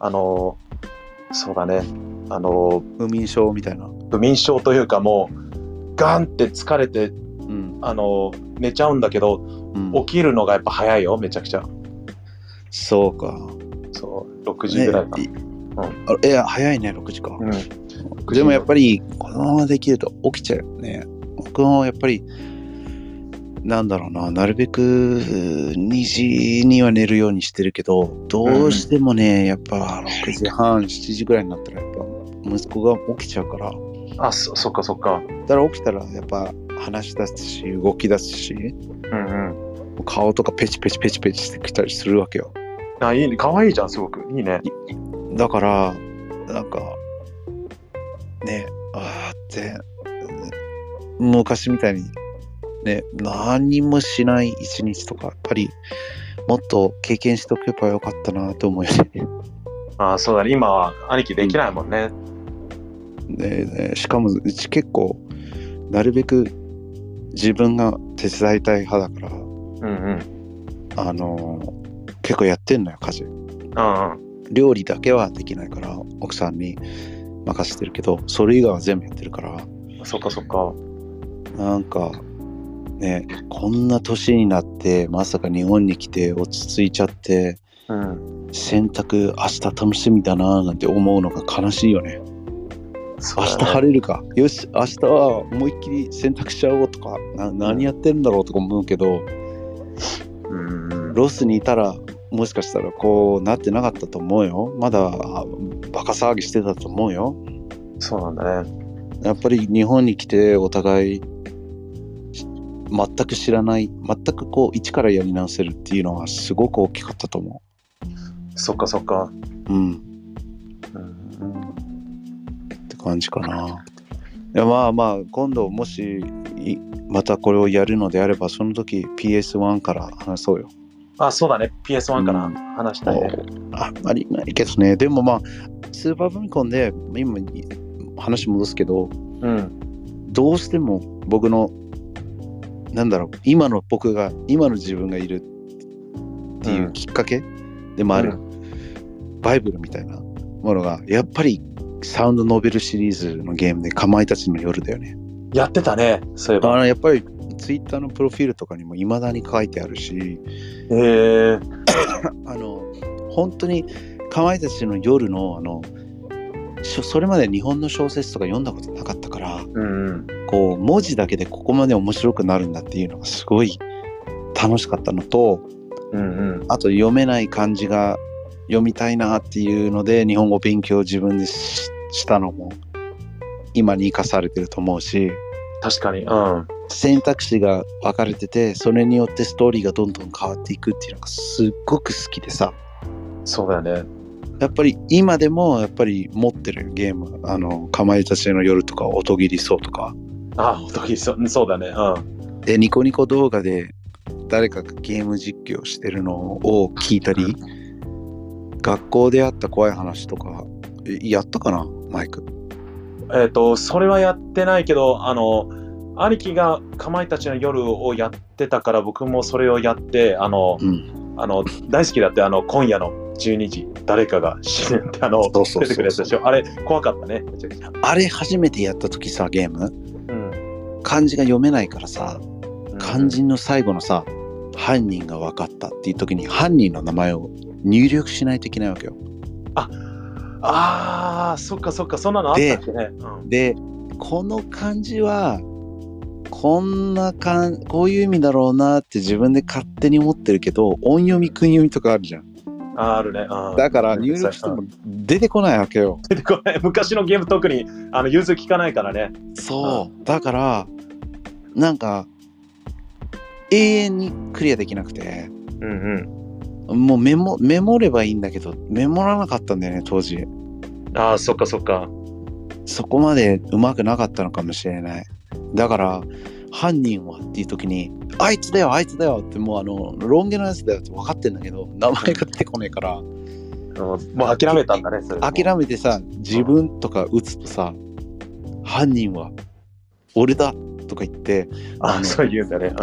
S1: あのーそうだねあのー
S2: 不眠症みたいな
S1: 不眠症というかもうガンって疲れて
S2: うん、
S1: あのー寝ちゃうんだけど
S2: うん、
S1: 起きるのがやっぱ早いよめちゃくちゃ
S2: そうか
S1: そう6時ぐらいか、
S2: ねいあいや早いね6時か、
S1: うん、時
S2: でもやっぱり子供ができると起きちゃうよね。僕もやっぱりなんだろうななるべく2時には寝るようにしてるけどどうしてもね、やっぱ6時半7時ぐらいになったらやっぱ息子が起きちゃうからだ
S1: あそそっかそっか
S2: から起きたらやっぱ話し出すし動き出すし
S1: うんうん
S2: 顔とかペチペチペチペチしてきたりするわけよ
S1: あいいね可愛いじゃんすごくいいね
S2: だからなんかねああってうん昔みたいにね何もしない一日とかやっぱりもっと経験しとけばよかったなと思うよね
S1: あそうだね今は兄貴できないもんね、
S2: でねしかもうち結構なるべく自分が手伝いたい派だから
S1: うん、うんうん
S2: あのー結構やってんのよ家事
S1: うんうん
S2: 料理だけはできないから奥さんに任せてるけどそれ以外は全部やってるから
S1: そっかそっか
S2: なんかねこんな年になってまさか日本に来て落ち着いちゃって
S1: うん
S2: 洗濯明日楽しみだなーなんて思うのが悲しいよね
S1: そ
S2: 明
S1: う
S2: 日
S1: だね
S2: 晴れるか、よし明日は思いっきり洗濯しちゃおうとかな何やってるんだろうとか思うけど
S1: うん
S2: ロスにいたらもしかしたらこうなってなかったと思うよまだあバカ騒ぎしてたと思うよ
S1: そうなんだね。
S2: やっぱり日本に来てお互いし全く知らない全くこう一からやり直せるっていうのはすごく大きかったと思
S1: そっかそっか。
S2: ううん
S1: うん
S2: って感じかないやまあまあ今度もしいまたこれをやるのであればその時 PS1 から話そうよ
S1: あ、そうだね。PS1 か
S2: う
S1: ら
S2: ん
S1: 話したいね。
S2: あんまりないけどねでもまあスーパーファミコンで今話戻すけ
S1: う
S2: ど
S1: ん。
S2: どうしても僕のなんだろう今の僕が今の自分がいるっていうきっかけでもある、
S1: う
S2: バイブルみたいなものがやっぱりサウンドノベルシリーズのゲームで「かまいたちの夜」だよね
S1: やってたね。そういえ
S2: あ
S1: ば。
S2: のやっぱりツイッターのプロフィールとかにもいまだに書いてあるし
S1: えー、
S2: あの本当にかまいたちの夜のあのしょそれまで日本の小説とか読んだことなかったから
S1: うんうん。
S2: こう文字だけでここまで面白くなるんだっていうのがすごい楽しかったのと
S1: うんうん。
S2: あと読めない漢字が読みたいなっていうので日本語勉強を自分でししたのも今に生かされてると思うし
S1: 確かに。うん。
S2: 選択肢が分かれててそれによってストーリーがどんどん変わっていくっていうのがすっごく好きでさ
S1: そうだよね。
S2: やっぱり今でもやっぱり持ってるゲームあの「かまいたちの夜」とか「音切りそう」とか
S1: あ、本当にそうそうだね。うん。
S2: でニコニコ動画で誰かがゲーム実況してるのを聞いたり学校であった怖い話とかえやったかなマイク
S1: えっ、と、それはやってないけど、あの、兄貴がかまいたちの夜をやってたから、僕もそれをやって、あの、
S2: うん
S1: あの大好きだってあの今夜の12時誰かが死ぬってあの
S2: そうそうそ うそう
S1: 出てくるやつでしょあれ怖かったねめちゃくちゃ、
S2: あれ初めてやった時さゲーム
S1: うん、
S2: 漢字が読めないからさ肝心の最後のさ犯人が分かったっていう時に犯人の名前を入力しないといけないわけよ
S1: あーそっかそっかそんなのあったっけね、うん、
S2: でこの漢字はこんなかんこういう意味だろうなって自分で勝手に思ってるけど音読み訓読みとかあるじゃん
S1: あーあるね、うん、
S2: だから入力しても出てこないわけよ。
S1: 出てこない昔のゲーム特にあの融通聞かないからね
S2: そう。だから、なんか、永遠にクリアできなくて、
S1: うん
S2: もうメモ、メモればいいんだけど、メモらなかったんだよね、当時。
S1: うんああそっかそっか
S2: そこまでうまくなかったのかもしれない。だから、犯人はっていう時に、あいつだよ、あいつだよって、もうあの、ロン毛のやつだよって分かってんだけど、名前が出てこねえから、
S1: もうもう諦めたんだねそれ
S2: 諦めてさ、自分とか打つとさ、犯人は俺だとか言って、
S1: あーそう言うんだね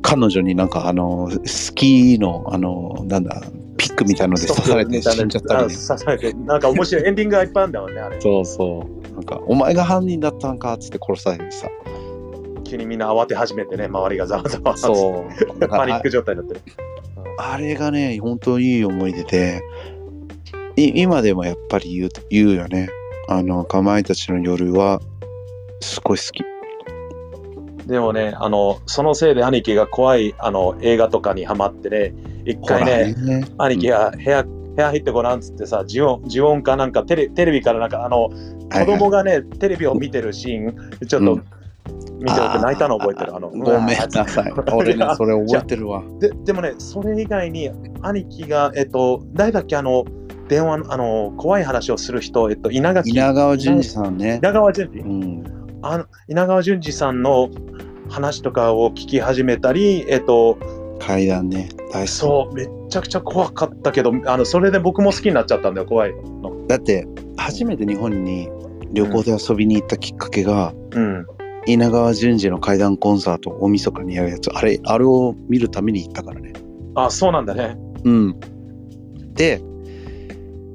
S2: 彼女になんかあのスキーのあのなんだピックみたいの
S1: うん
S2: で刺されて死んじゃった
S1: あ
S2: り
S1: 刺
S2: ね
S1: されてなんか面白いエンディングがいっぱいあるんだもんねあれ
S2: そうそうなんか「お前が犯人だったんか」っつって殺されてさ
S1: 急にみんな慌て始めてね周りがざわざわ
S2: そうだか
S1: パニ
S2: ら
S1: ック状態になってる
S2: あれがね本当にいい思い出でい今でもやっぱり言う言うよねあの「かまいたちの夜」はすごい好き
S1: でもね、あの、そのせいで兄貴が怖いあの映画とかにハマってね、一回ね、
S2: ほらね
S1: 兄貴が部屋、部屋入ってごらんっつってさ、呪音、呪音かなんかテレ、テレビからなんか、あの、
S2: はいは
S1: 子
S2: い
S1: 供がね、テレビを見てるシーン、ちょっと
S2: うん
S1: 見ておいて泣いたの覚えてる。あの、
S2: ごめんなさい俺ねそれ覚えてるわ
S1: ででもね、それ以外に、兄貴が、えっと、誰だっけ、あの、電話の、あの、怖い話をする人、えっと、稲垣、稲
S2: 稲川淳二さんね
S1: 川淳二
S2: うん
S1: あの稲川淳二さんの話とかを聞き始めたり、えっと、
S2: 階段ね大好き
S1: そう、めっちゃくちゃ怖かったけど、あのそれで僕も好きになっちゃったんだよ、怖いの。
S2: だって初めて日本に旅行で遊びに行ったきっかけが、
S1: うん。
S2: 稲川淳二の怪談コンサート大晦日にやるやつあれあれを見るために行ったからね
S1: あ、そうなんだね。
S2: うんで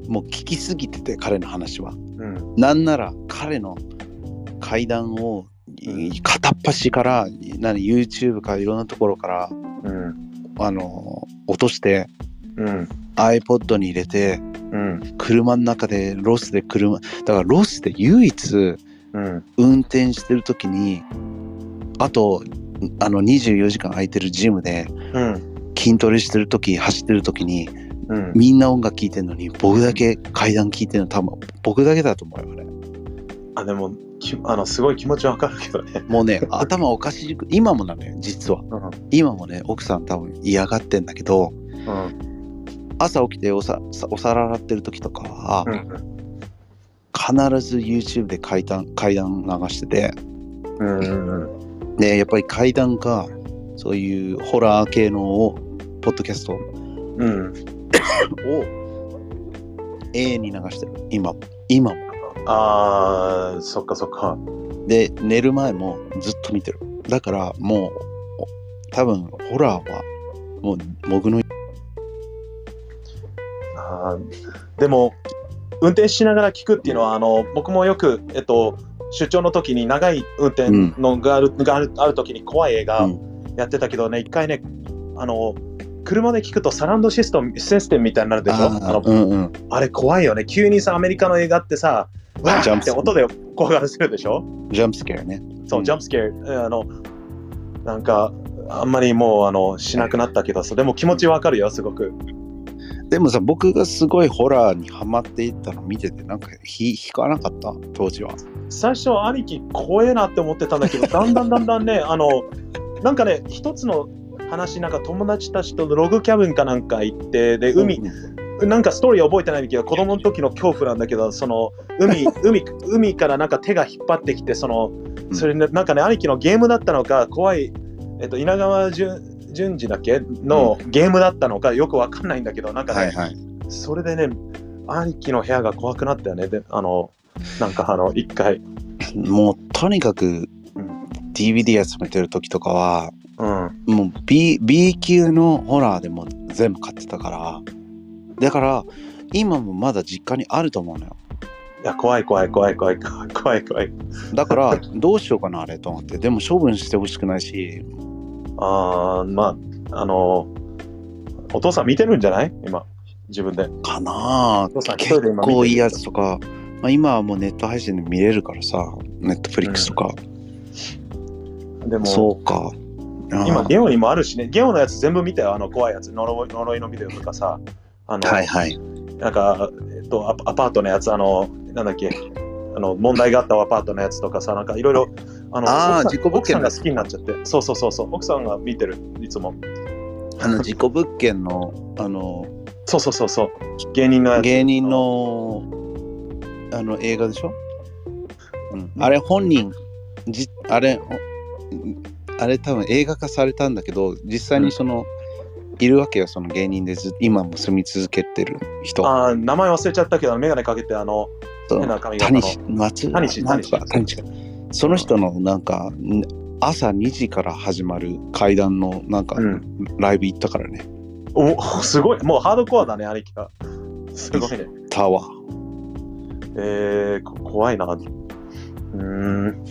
S2: もう聞きすぎてて彼の話は
S1: うん。
S2: なんなら彼の怪談を
S1: うん
S2: 片っ端から何 YouTube かいろんなところから
S1: うん。
S2: あの落として
S1: うん。
S2: iPod に入れて
S1: うん。
S2: 車の中でロスで車だからロスで唯一
S1: うん。
S2: 運転してる時にあとあの24時間空いてるジムで
S1: うん。
S2: 筋トレしてる時走ってる時に
S1: うん。
S2: みんな音楽聴いてるのに僕だけ階段聴いてるの多分僕だけだと思うよあれ
S1: あ、でも、きあの、すごい気持ちわかるけどね。
S2: もうね頭おかしく今もなのよ実は
S1: うん。
S2: 今もね奥さん多分嫌がってんだけど
S1: うん。
S2: 朝起きておささお皿洗ってる時とかは
S1: うん。
S2: 必ず YouTube で階段階段流してて
S1: うん。うん。
S2: でやっぱり階段かそういうホラー系のをポッドキャストを
S1: うん。
S2: 永遠に流してる今も今も
S1: あー、そっかそっか。
S2: で寝る前もずっと見てるだからもうお多分ホラーはもう僕の
S1: あーでも、運転しながら聞くっていうのは、あの、僕もよく、えっと、出張の時に長い運転のがある、がある、ある時に怖い映画
S2: うん
S1: やってたけどね、一回ね、あの、車で聞くとサラウンドシステム、システムみたいになるでしょあ
S2: あ
S1: の
S2: ーうんうん
S1: あれ怖いよね。急にさ、アメリカの映画ってさ、わ
S2: ジャ
S1: ーっ
S2: ンプ
S1: て音で怖がらせるでしょ
S2: ジャンプスケアね
S1: そうう、
S2: ん
S1: ジャンプスケア、あの、なんか、あんまりもう、あの、しなくなったけどさ、でも気持ちわかるよ、すごく。
S2: でもさ僕がすごいホラーにハマっていったの見ててなんかひ引かなかった当時は
S1: 最初、兄貴、怖えなって思ってたん だけど、だんだんだんだんね、あの、なんかね、一つの話、なんか友達たちとログキャブンかなんか行って、で、海、
S2: うん
S1: なんかストーリー覚えてないんだけど、子供の時の恐怖なんだけど、その、 海、海、海からなんか手が引っ張ってきて、その、それねなんかね、兄貴のゲームだったのか、怖い、えっと、稲川淳淳二だっけのゲームだったのか、よくわかんないんだけど、なんかね、
S2: はいはい
S1: それでね、兄貴の部屋が怖くなったよね、であの、なんかあの、一回。
S2: もうとにかく
S1: うん
S2: DVD 集めてる時とかは
S1: うん。
S2: もう B, B 級のホラーでも全部買ってたからだから今もまだ実家にあると思うのよ
S1: いや、怖い怖い怖い怖い怖い怖い怖い。
S2: だからどうしようかなあれと思ってでも処分してほしくないし
S1: あー、まあ、あの、お父さん見てるんじゃない今、自分で。
S2: かなあ
S1: 父さん一
S2: 結
S1: 人で今見てる
S2: 構いいやつとか、まあ、今はもうネット配信で見れるからさネットフリックスとか、
S1: でも、
S2: そうかあー
S1: 今、ゲオにもあるしね、ゲオのやつ全部見たよ、あの、怖いやつ、呪い呪いのビデオとかさ。あの、
S2: はいはい
S1: なんか、えっと、アパアパートのやつ、あの、なんだっけ、あの、問題があったアパートのやつとかさ、なんかいろいろ、あの、
S2: あー
S1: 奥さん
S2: 事故物
S1: 奥さ
S2: 件
S1: ん
S2: だ
S1: が好きになっちゃって、そうそうそう、そう奥さんが見てる、いつも。
S2: あの事故物件のあの
S1: そうそうそう、そう芸人のやつ。
S2: 芸人のあの映画でしょ、うん、あれ本人じあれおあれ多分映画化されたんだけど実際にその、いるわけよその芸人でず今も住み続けてる人
S1: あー名前忘れちゃったけど、眼鏡かけて、あの、
S2: そう
S1: 変な髪型
S2: 谷
S1: の。
S2: 氏松
S1: 谷氏
S2: なんとか
S1: 谷
S2: 谷氏かその人のなんかん朝2時から始まる階段のなんか、
S1: うん
S2: ライブ行ったからね
S1: お、すごい、もうハードコアだね、兄貴が。すごいね。
S2: タワー
S1: えー、こ怖いな。うーん。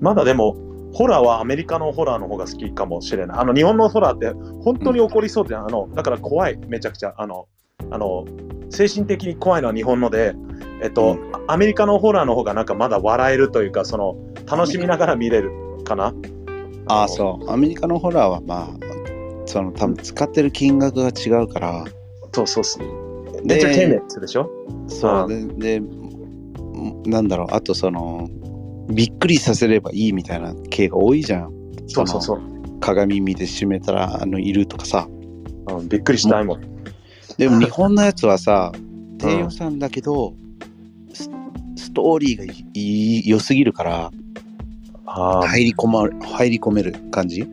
S1: まだでも、ホラーはアメリカのホラーの方が好きかもしれない。あの、日本のホラーって本当に起こりそうじゃん。あの、だから怖い、めちゃくちゃ。あの、あの、精神的に怖いのは日本ので、えっと、
S2: う
S1: アメリカのホラーの方がなんかまだ笑えるというか、その、楽しみながら見れるかな。
S2: ああ
S1: う。
S2: そうアメリカのホラーはまあその多分使ってる金額が違うから
S1: そうそうそう。
S2: で
S1: エンターテインメントでしょ
S2: そううででなんだろうあとそのびっくりさせればいいみたいな系が多いじゃん
S1: そうそうそう。
S2: 鏡見て閉めたらあのいるとかさ
S1: うん、びっくりしたいもん。
S2: で も日本のやつはさ低予算だけど、スストーリーがいい良すぎるから
S1: あー
S2: 入り込ま入り込める感じ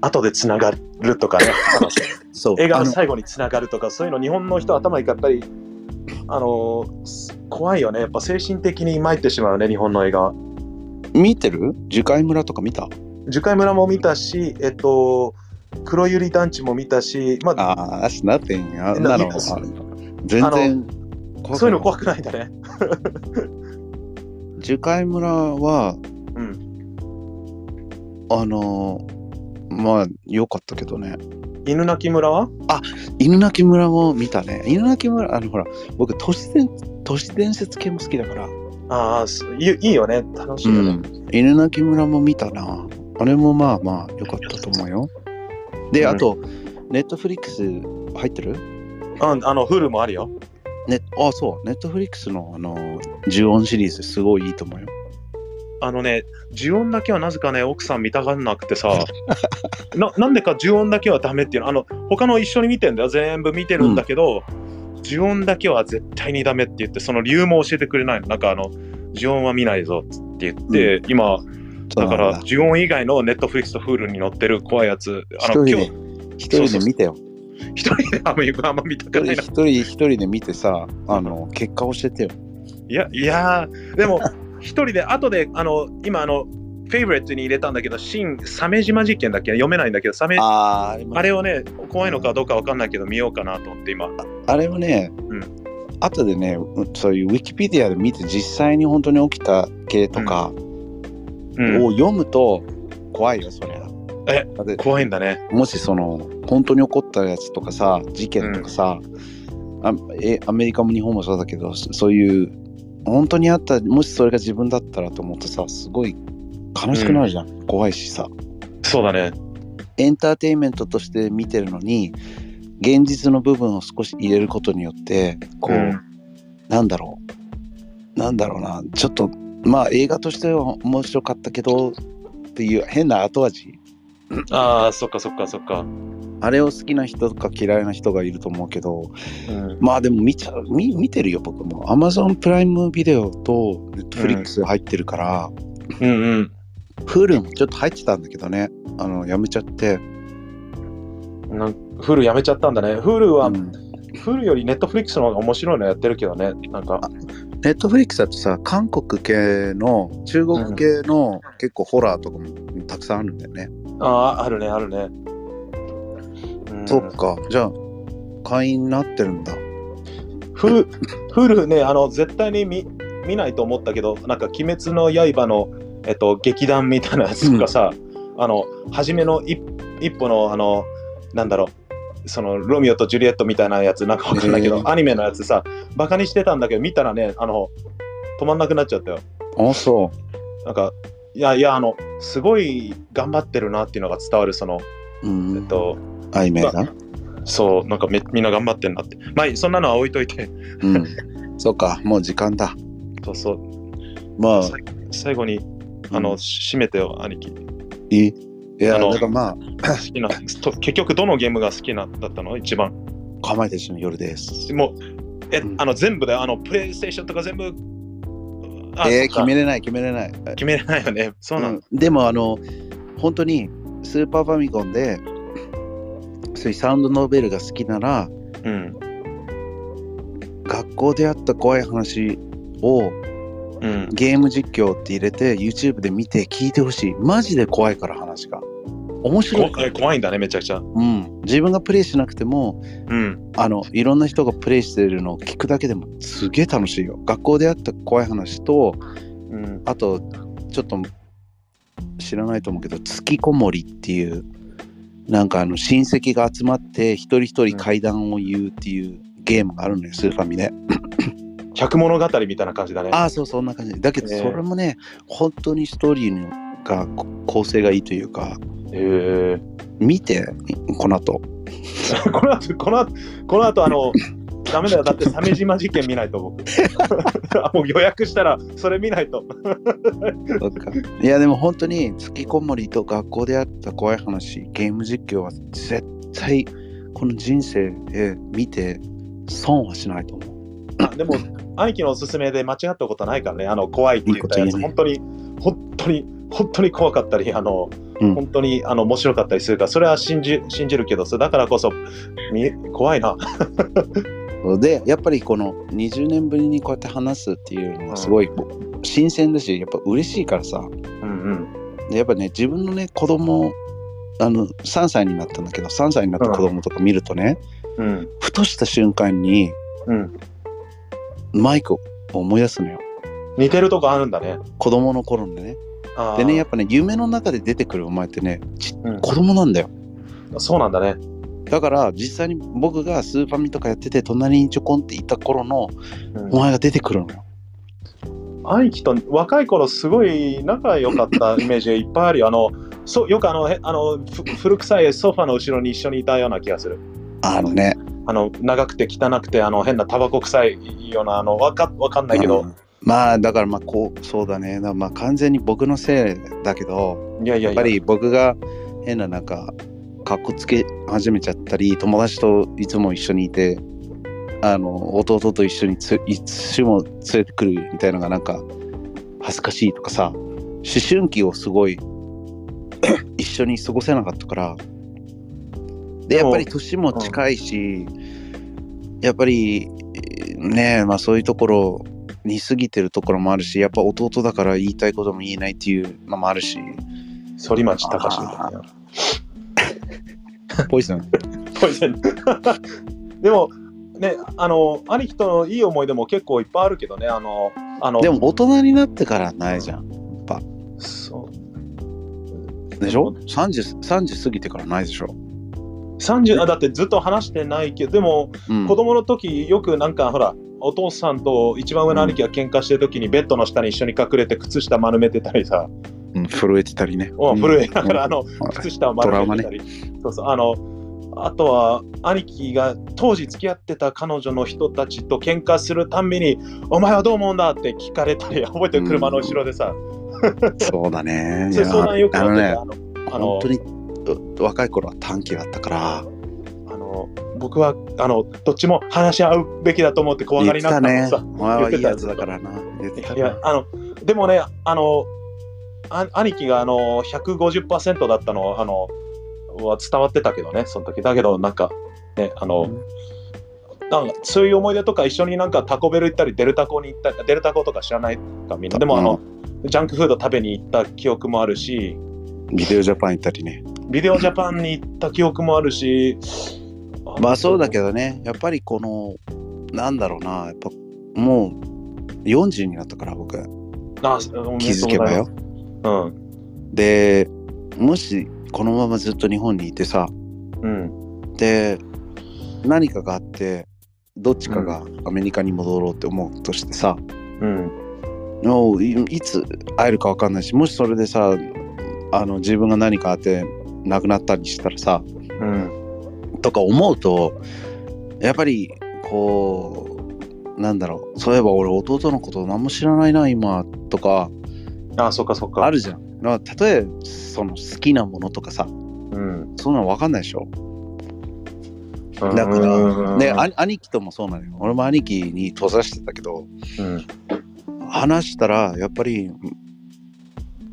S1: 後でつながるとかね。あの
S2: そう
S1: 映画
S2: あ
S1: の
S2: の
S1: 最後につながるとかそういうの日本の人頭いかったりあのす怖いよねやっぱ精神的に参ってしまうよね日本の映画は
S2: 見てる樹海村とか見た
S1: 樹海村も見たしえっと黒百合団地も見たしまあ
S2: ああ、しなってんや。あん
S1: な
S2: なの、
S1: いいで
S2: あ
S1: す
S2: 全然怖くない
S1: そういうの怖くないんだね
S2: 樹海村は、
S1: うん
S2: あのーまあ良かったけどね
S1: 犬鳴村は
S2: 犬鳴村も見たね犬鳴村あのほら僕都市伝都市伝説系も好きだから、
S1: ああ、すいいいいよね。楽し
S2: う
S1: いよね。
S2: ん、犬鳴村も見たなあれもまあまあ良かったと思うよで
S1: うん
S2: あとネットフリックス入ってる
S1: うん、あの、フルもあるよ。
S2: ね、あそうネットフリックスのあの10音シリーズすごいいいと思うよ
S1: あのね、呪音だけはなぜかね、奥さん見たがんなくてさ、 ななんでか呪音だけはダメっていうの、あの、他の一緒に見てんだよ、全部見てるんだけど、呪音だけは絶対にダメって言って、その理由も教えてくれないの。なんかあの、呪音は見ないぞって言って、今、だか
S2: そうな
S1: ら
S2: んだ
S1: 呪音以外のネットフリックスとフールに載ってる怖いやつ、あの、
S2: 一
S1: 今
S2: 人
S1: 日
S2: で、一人で見てよ
S1: 一人であんまあんま見た
S2: 一
S1: く
S2: 人
S1: ないな
S2: 一。人一人で見てさあの結果教えてよ
S1: いや、いやーでも、一人で、後で、あの、今、あの、フェイブレットに入れたんだけど、新、鮫島実験だっけ読めないんだけど、鮫、
S2: あー
S1: あれをね、怖いのかどうかわかんないけど、見ようかなと思って、今。
S2: あれはね、
S1: うん
S2: 後でねうそういうウィキペディアで見て実際に本当に起きた系とか
S1: うん
S2: を読むと怖いよそりゃ。
S1: え
S2: だって
S1: 怖いんだね。
S2: もしその本当に起こったやつとかさ事件とかさ、あえアメリカも日本もそうだけどそそういう本当にあったもしそれが自分だったらと思うとさすごい悲しくなるじゃん、怖いしさ
S1: そうだね。
S2: エンターテインメントとして見てるのに現実の部分を少し入れることによってこう、
S1: うん
S2: なんだろうなんだろうなちょっとまあ映画としては面白かったけどっていう変な後味
S1: ああ、そっかそっかそっか。
S2: あれを好きな人とか嫌いな人がいると思うけど
S1: うん
S2: まあでも見ちゃう見見てるよ僕も Amazon プライムビデオと Netflix 入ってるから、
S1: うんうん。
S2: Hulu もちょっと入ってたんだけどねあのやめちゃって、
S1: なんフルやめちゃったんだね。フルは、
S2: うん
S1: フルよりネットフリックスの方が面白いのやってるけどね。なんか、
S2: ネットフリックスだとさ、韓国系の、中国系の、結構ホラーとかもたくさんあるんだよね。
S1: ああ、あるね、あるね。うん
S2: そっか、じゃあ、会員になってるんだ。
S1: フル、フルね、あの、絶対に見見ないと思ったけど、なんか、鬼滅の刃の、えっと、劇団みたいなやつとかさ、あの、初めの一一歩の、あの、なんだろう、その、ロミオとジュリエットみたいなやつ、なんかわかんないけど
S2: へ、ー
S1: アニメのやつさ、バカにしてたんだけど、見たらね、あの、止まんなくなっちゃったよ。
S2: あ、そ
S1: なんか、いやいや、あの、すごい頑張ってるなっていうのが伝わる、その、
S2: う。うん。
S1: えっと、
S2: あいめいだ。
S1: そう、なんかめ、みんな頑張ってんなって。まあ、そんなのは置いといて、
S2: うん。そっか、もう時間だ。
S1: そうそう、
S2: まあ、
S1: さ最後に、あ
S2: う
S1: の、
S2: ん
S1: 締めてよ、兄貴。
S2: いいいや、
S1: あの
S2: だからまあ、
S1: 好きな、と結局どのゲームが好きなだったの一番。
S2: かまいたちの夜です。
S1: もう、え、
S2: うん
S1: あの、全部だよ。あの、プレイステーションとか全部。あそ
S2: えー、決
S1: っか
S2: めれない、決めれない。
S1: 決めれないよね。そうな
S2: うんんでも、あの、本当に、スーパーファミコンで、そういうサウンドノベルが好きなら、
S1: うん。
S2: 学校であった怖い話を
S1: うん。
S2: ゲーム実況って入れて YouTube で見て聞いてほしいマジで怖いから話が面白い
S1: 怖い怖いんだね、めちゃくちゃ。
S2: うん、自分がプレイしなくても
S1: うん。
S2: あのいろんな人がプレイしてるのを聞くだけでもすげえ楽しいよ学校であった怖い話と
S1: うん。
S2: あとちょっと知らないと思うけど月こもりっていうなんかあの親戚が集まって一人一人階段を言うっていうゲームがあるのよスーファミで
S1: 百物語みたいな感じだね。
S2: ああそうそんな感じだけど
S1: ええ
S2: それもね、本当にストーリーのがこ構成がいいというか
S1: へえ。
S2: 見てこの後
S1: この後、この後、この後、あの、ダメだよ。だって、鮫島事件見ないと、僕。 あもう予約したら、それ見ないと。
S2: そっかいやでも本当に月こもりと学校であった怖い話ゲーム実況は絶対この人生で見て損はしないと思う
S1: あでも、兄貴のおすすめで間違ったことないからね、あの怖いって言ったやつ、
S2: いい
S1: 本当に、本当に、本当に怖かったり、あの、
S2: うん
S1: 本当にあの面白かったりするから、それは信じ信じるけど、それだからこそ、み怖いな。
S2: でやっぱりこの20年ぶりにこうやって話すっていうのがすごい新鮮だしやっぱ嬉しいからさ
S1: うんうん。
S2: でやっぱね自分のね子供あの3歳になったんだけど3歳になった子供とか見るとね、
S1: うん。
S2: ふとした瞬間に
S1: うん、
S2: マイクを思い出すのよ
S1: 似てるとこあるんだね。
S2: 子供の頃のね
S1: あー
S2: でねやっぱね夢の中で出てくるお前ってねち
S1: うん
S2: 子供なんだよ
S1: そうなんだね。
S2: だから実際に僕がスーパーミとかやってて隣にちょこんっていた頃の
S1: うん
S2: お前が出てくるのよ
S1: 兄貴と若い頃すごい仲良かったイメージがいっぱいあるよ。あのそうよくあのへあのふ古臭いソファの後ろに一緒にいたような気がする。
S2: あのね
S1: あの長くて汚くてあの変なタバコ臭いようなあのわかわかんないけ
S2: う
S1: ど、
S2: んまあだからまあこうそうだねだからまあ完全に僕のせいだけど
S1: いやいや
S2: やっ
S1: い
S2: ぱ
S1: や。
S2: り僕が変ななんかかっこつけ始めちゃったり友達といつも一緒にいてあの弟と一緒についつも連れてくるみたいなのがなんか恥ずかしいとかさ思春期をすごい 一緒に過ごせなかったから
S1: で
S2: でや
S1: も
S2: っぱり年も近いし、やっぱりえーねまあそういうところに過ぎてるところもあるしやっぱ弟だから言いたいことも言えないっていうのもあるし
S1: 反町隆史みたいな。
S2: ポイズン
S1: ポイズン でもねあの兄貴とのいい思い出も結構いっぱいあるけどねあのあの
S2: でも大人になってからないじゃん
S1: そう
S2: でしょ 30, 30過ぎてからないでしょ、
S1: 30あだってずっと話してないけどでも
S2: うん
S1: 子供の時よくなんかほらお父さんと一番上の兄貴が喧嘩してる時にベッドの下に一緒に隠れて靴下丸めてたりさ、
S2: うん震えてたりね
S1: うん、震えながら
S2: う
S1: あ
S2: ん
S1: の靴下を丸めてたり、そうそうあのあとは兄貴が当時付き合ってた彼女の人たちと喧嘩するたんびに「お前はどう思うんだ?」って聞かれたり覚えてる車の後ろでさ、
S2: そうだね
S1: そういう相談よく
S2: あ
S1: あ
S2: の
S1: って
S2: ね
S1: たあのあの
S2: 本当にう若い頃は短期だったから
S1: あの僕はあのどっちも話し合うべきだと思って怖が
S2: 言っ
S1: り
S2: て
S1: なが
S2: た
S1: ら
S2: ね
S1: さ、
S2: お前はいいやつだ
S1: ら
S2: からな言ってた
S1: いやあのでもねあのあ兄貴があの150%だったのあのは伝わってたけどねその時だけどなんかねあの、
S2: うん
S1: なんかそういう思い出とか一緒になんかタコベル行ったりデルタコに行ったデルタコとか知らないかみんなでもあの、ジャンクフード食べに行った記憶もあるし
S2: ビデオジャパン行ったりね
S1: ビデオジャパンに行った記憶もあるし
S2: まあそうだけ
S1: ど
S2: どねやっぱりこのなんだろうなやっぱもう40になったから僕
S1: あ
S2: 気づけばよ、
S1: うん
S2: でもしこのままずっと日本にいてさ
S1: うん
S2: で何かがあってどっちかがアメリカに戻ろうって思うとしてさ、
S1: うん
S2: もういいつ会えるか分かんないしもしそれでさあの自分が何かあって亡くなったりしたらさ
S1: うん
S2: とか思うとやっぱりこうなんだろうそういえば俺弟のこと何も知らないな今とか
S1: あそっかそっか
S2: あるじゃん。だから例えばその好きなものとかさ
S1: うん
S2: そんなの分かんないでしょ
S1: だ
S2: だからで、
S1: あ
S2: あ兄貴ともそうなのよ俺も兄貴に閉ざしてたけど
S1: うん、
S2: 話したらやっぱり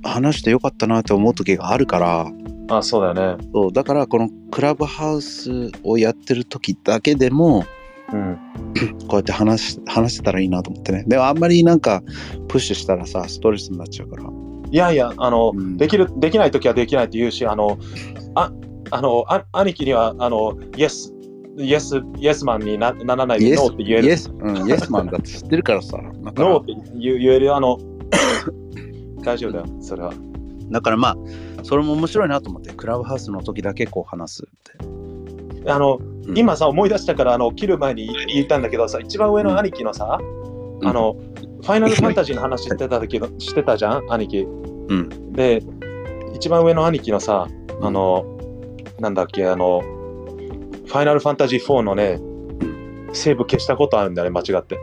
S2: 話してよかったなって思う時があるから
S1: あそうだよね。
S2: そうだからこのクラブハウスをやってる時だけでも
S1: うん。
S2: こうやって話し話せたらいいなと思ってねでもあんまりなんかプッシュしたらさストレスになっちゃうから
S1: いやいや、あの、
S2: うん
S1: できる、できないときはできないって言うし、あの、あ、あの、あ兄貴には、あの、イエス、イエス、イエスマンになならない
S2: イ
S1: で、
S2: エス
S1: ノーって言え
S2: イ
S1: る。
S2: エス、うん、イエスマンだって知ってるから さだから
S1: ノーって言う言える、あの、 大丈夫だよ、それは。
S2: だからまあそれも面白いなと思ってクラブハウスの時だけこう話すって
S1: あの、
S2: ん
S1: 今さ、思い出したから、あの、切る前に言ったんだけどさ、一番上の兄貴のさ、
S2: うん
S1: あの、ファイナルファンタジーの話してたけど、してたじゃん、兄貴。
S2: ん
S1: で、一番上の兄貴のさ、あの、なんだっけ、あの、ファイナルファンタジー4のね、セーブ消したことあるんだよね、間 違って。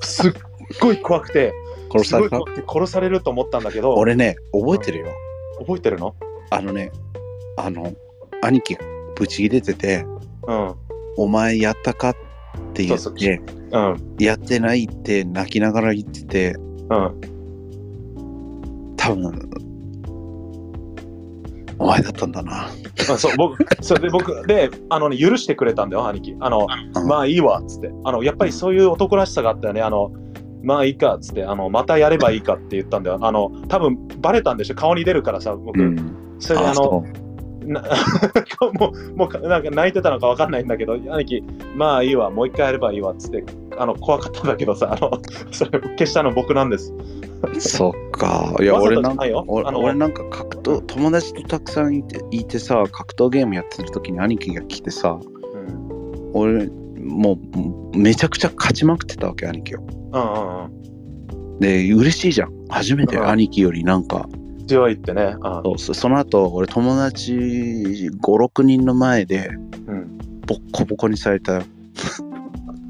S1: すっごい怖くて、
S2: 殺され
S1: すごい
S2: た
S1: 怖くて殺されると思ったんだけど、
S2: 俺ね覚えてるよ
S1: 覚えてるの
S2: あのねあの兄貴がブチ切れてて
S1: うん。
S2: 「お前やったか?」って言って
S1: そうそううん。
S2: やってないって泣きながら言ってて
S1: うん。
S2: 多分お前だったんだな
S1: あそう、僕、それで僕、で、あのね、許してくれたんだよ、兄貴。あの、
S2: うん
S1: まあいいわ、つって。あの、やっぱりそういう男らしさがあったよね、あの、まあいいか、つって、あの、またやればいいかって言ったんだよ。あの、多分バレたんでしょ、顔に出るからさ、僕。
S2: ん
S1: それで、あの、
S2: そう
S1: な もうもうなんか泣いてたのかわかんないんだけど兄貴まあいいわもう一回やればいいわっつってあの怖かったんだけどさあの それ消したの僕なんです
S2: そっか。いや、
S1: わざと
S2: 俺
S1: じ
S2: な
S1: ゃ
S2: んか
S1: ないよ、
S2: 俺
S1: あの
S2: 俺なんか格闘、友達とたくさんいていてさ、格闘ゲームやってる時に兄貴が来てさ、
S1: うん
S2: 俺、もうもう、めちゃくちゃ勝ちまくってたわけ、兄貴を。
S1: うんうんうん
S2: で、嬉しいじゃん。初めて
S1: うん
S2: 兄貴よりなんか、
S1: 強いってねあ
S2: そうそその後、俺友達5、6人の前で、
S1: うん
S2: ボッコボコにされたよ。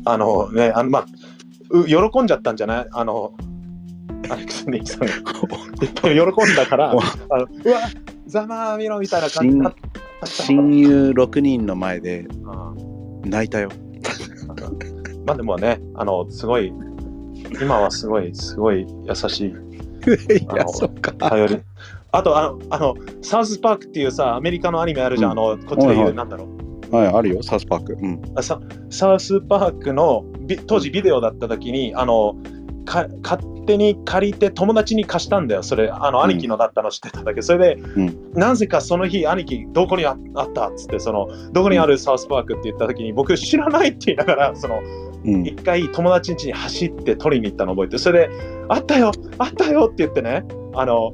S1: あのねあのまあう喜んじゃったんじゃないあのアレックス・ネイキさんが喜んだからあ
S2: お
S1: のうわざまあみろみたいな感じだった
S2: 親友6人の前で
S1: うん
S2: 泣いたよ。
S1: まあでもね、あの、すごい、今はすごい、すごい優しい、
S2: い
S1: あ
S2: や、
S1: の
S2: そっか。
S1: 頼り。あと、あの、あのサウスパークっていうさ、アメリカのアニメあるじゃん、
S2: うん
S1: あの、こっちで
S2: はい
S1: 言
S2: は
S1: う、
S2: い
S1: なんだろう
S2: はい、あるよ、サウスパーク。うん。
S1: あサ。サウスパークのビ、当時ビデオだった時に、あの、か勝手に借りて友達に貸したんだよ、それ、あの、
S2: うん
S1: 兄貴のだったの知ってたんだけど、それで、
S2: ん
S1: なぜかその日、兄貴、どこにああったっつって、その、どこにあるサウスパークって言った時に、僕、知らないって言いながら、その、
S2: うん。
S1: 一回友達ん家に走って取りに行ったの覚えてそれで「あったよあったよ」って言ってねあの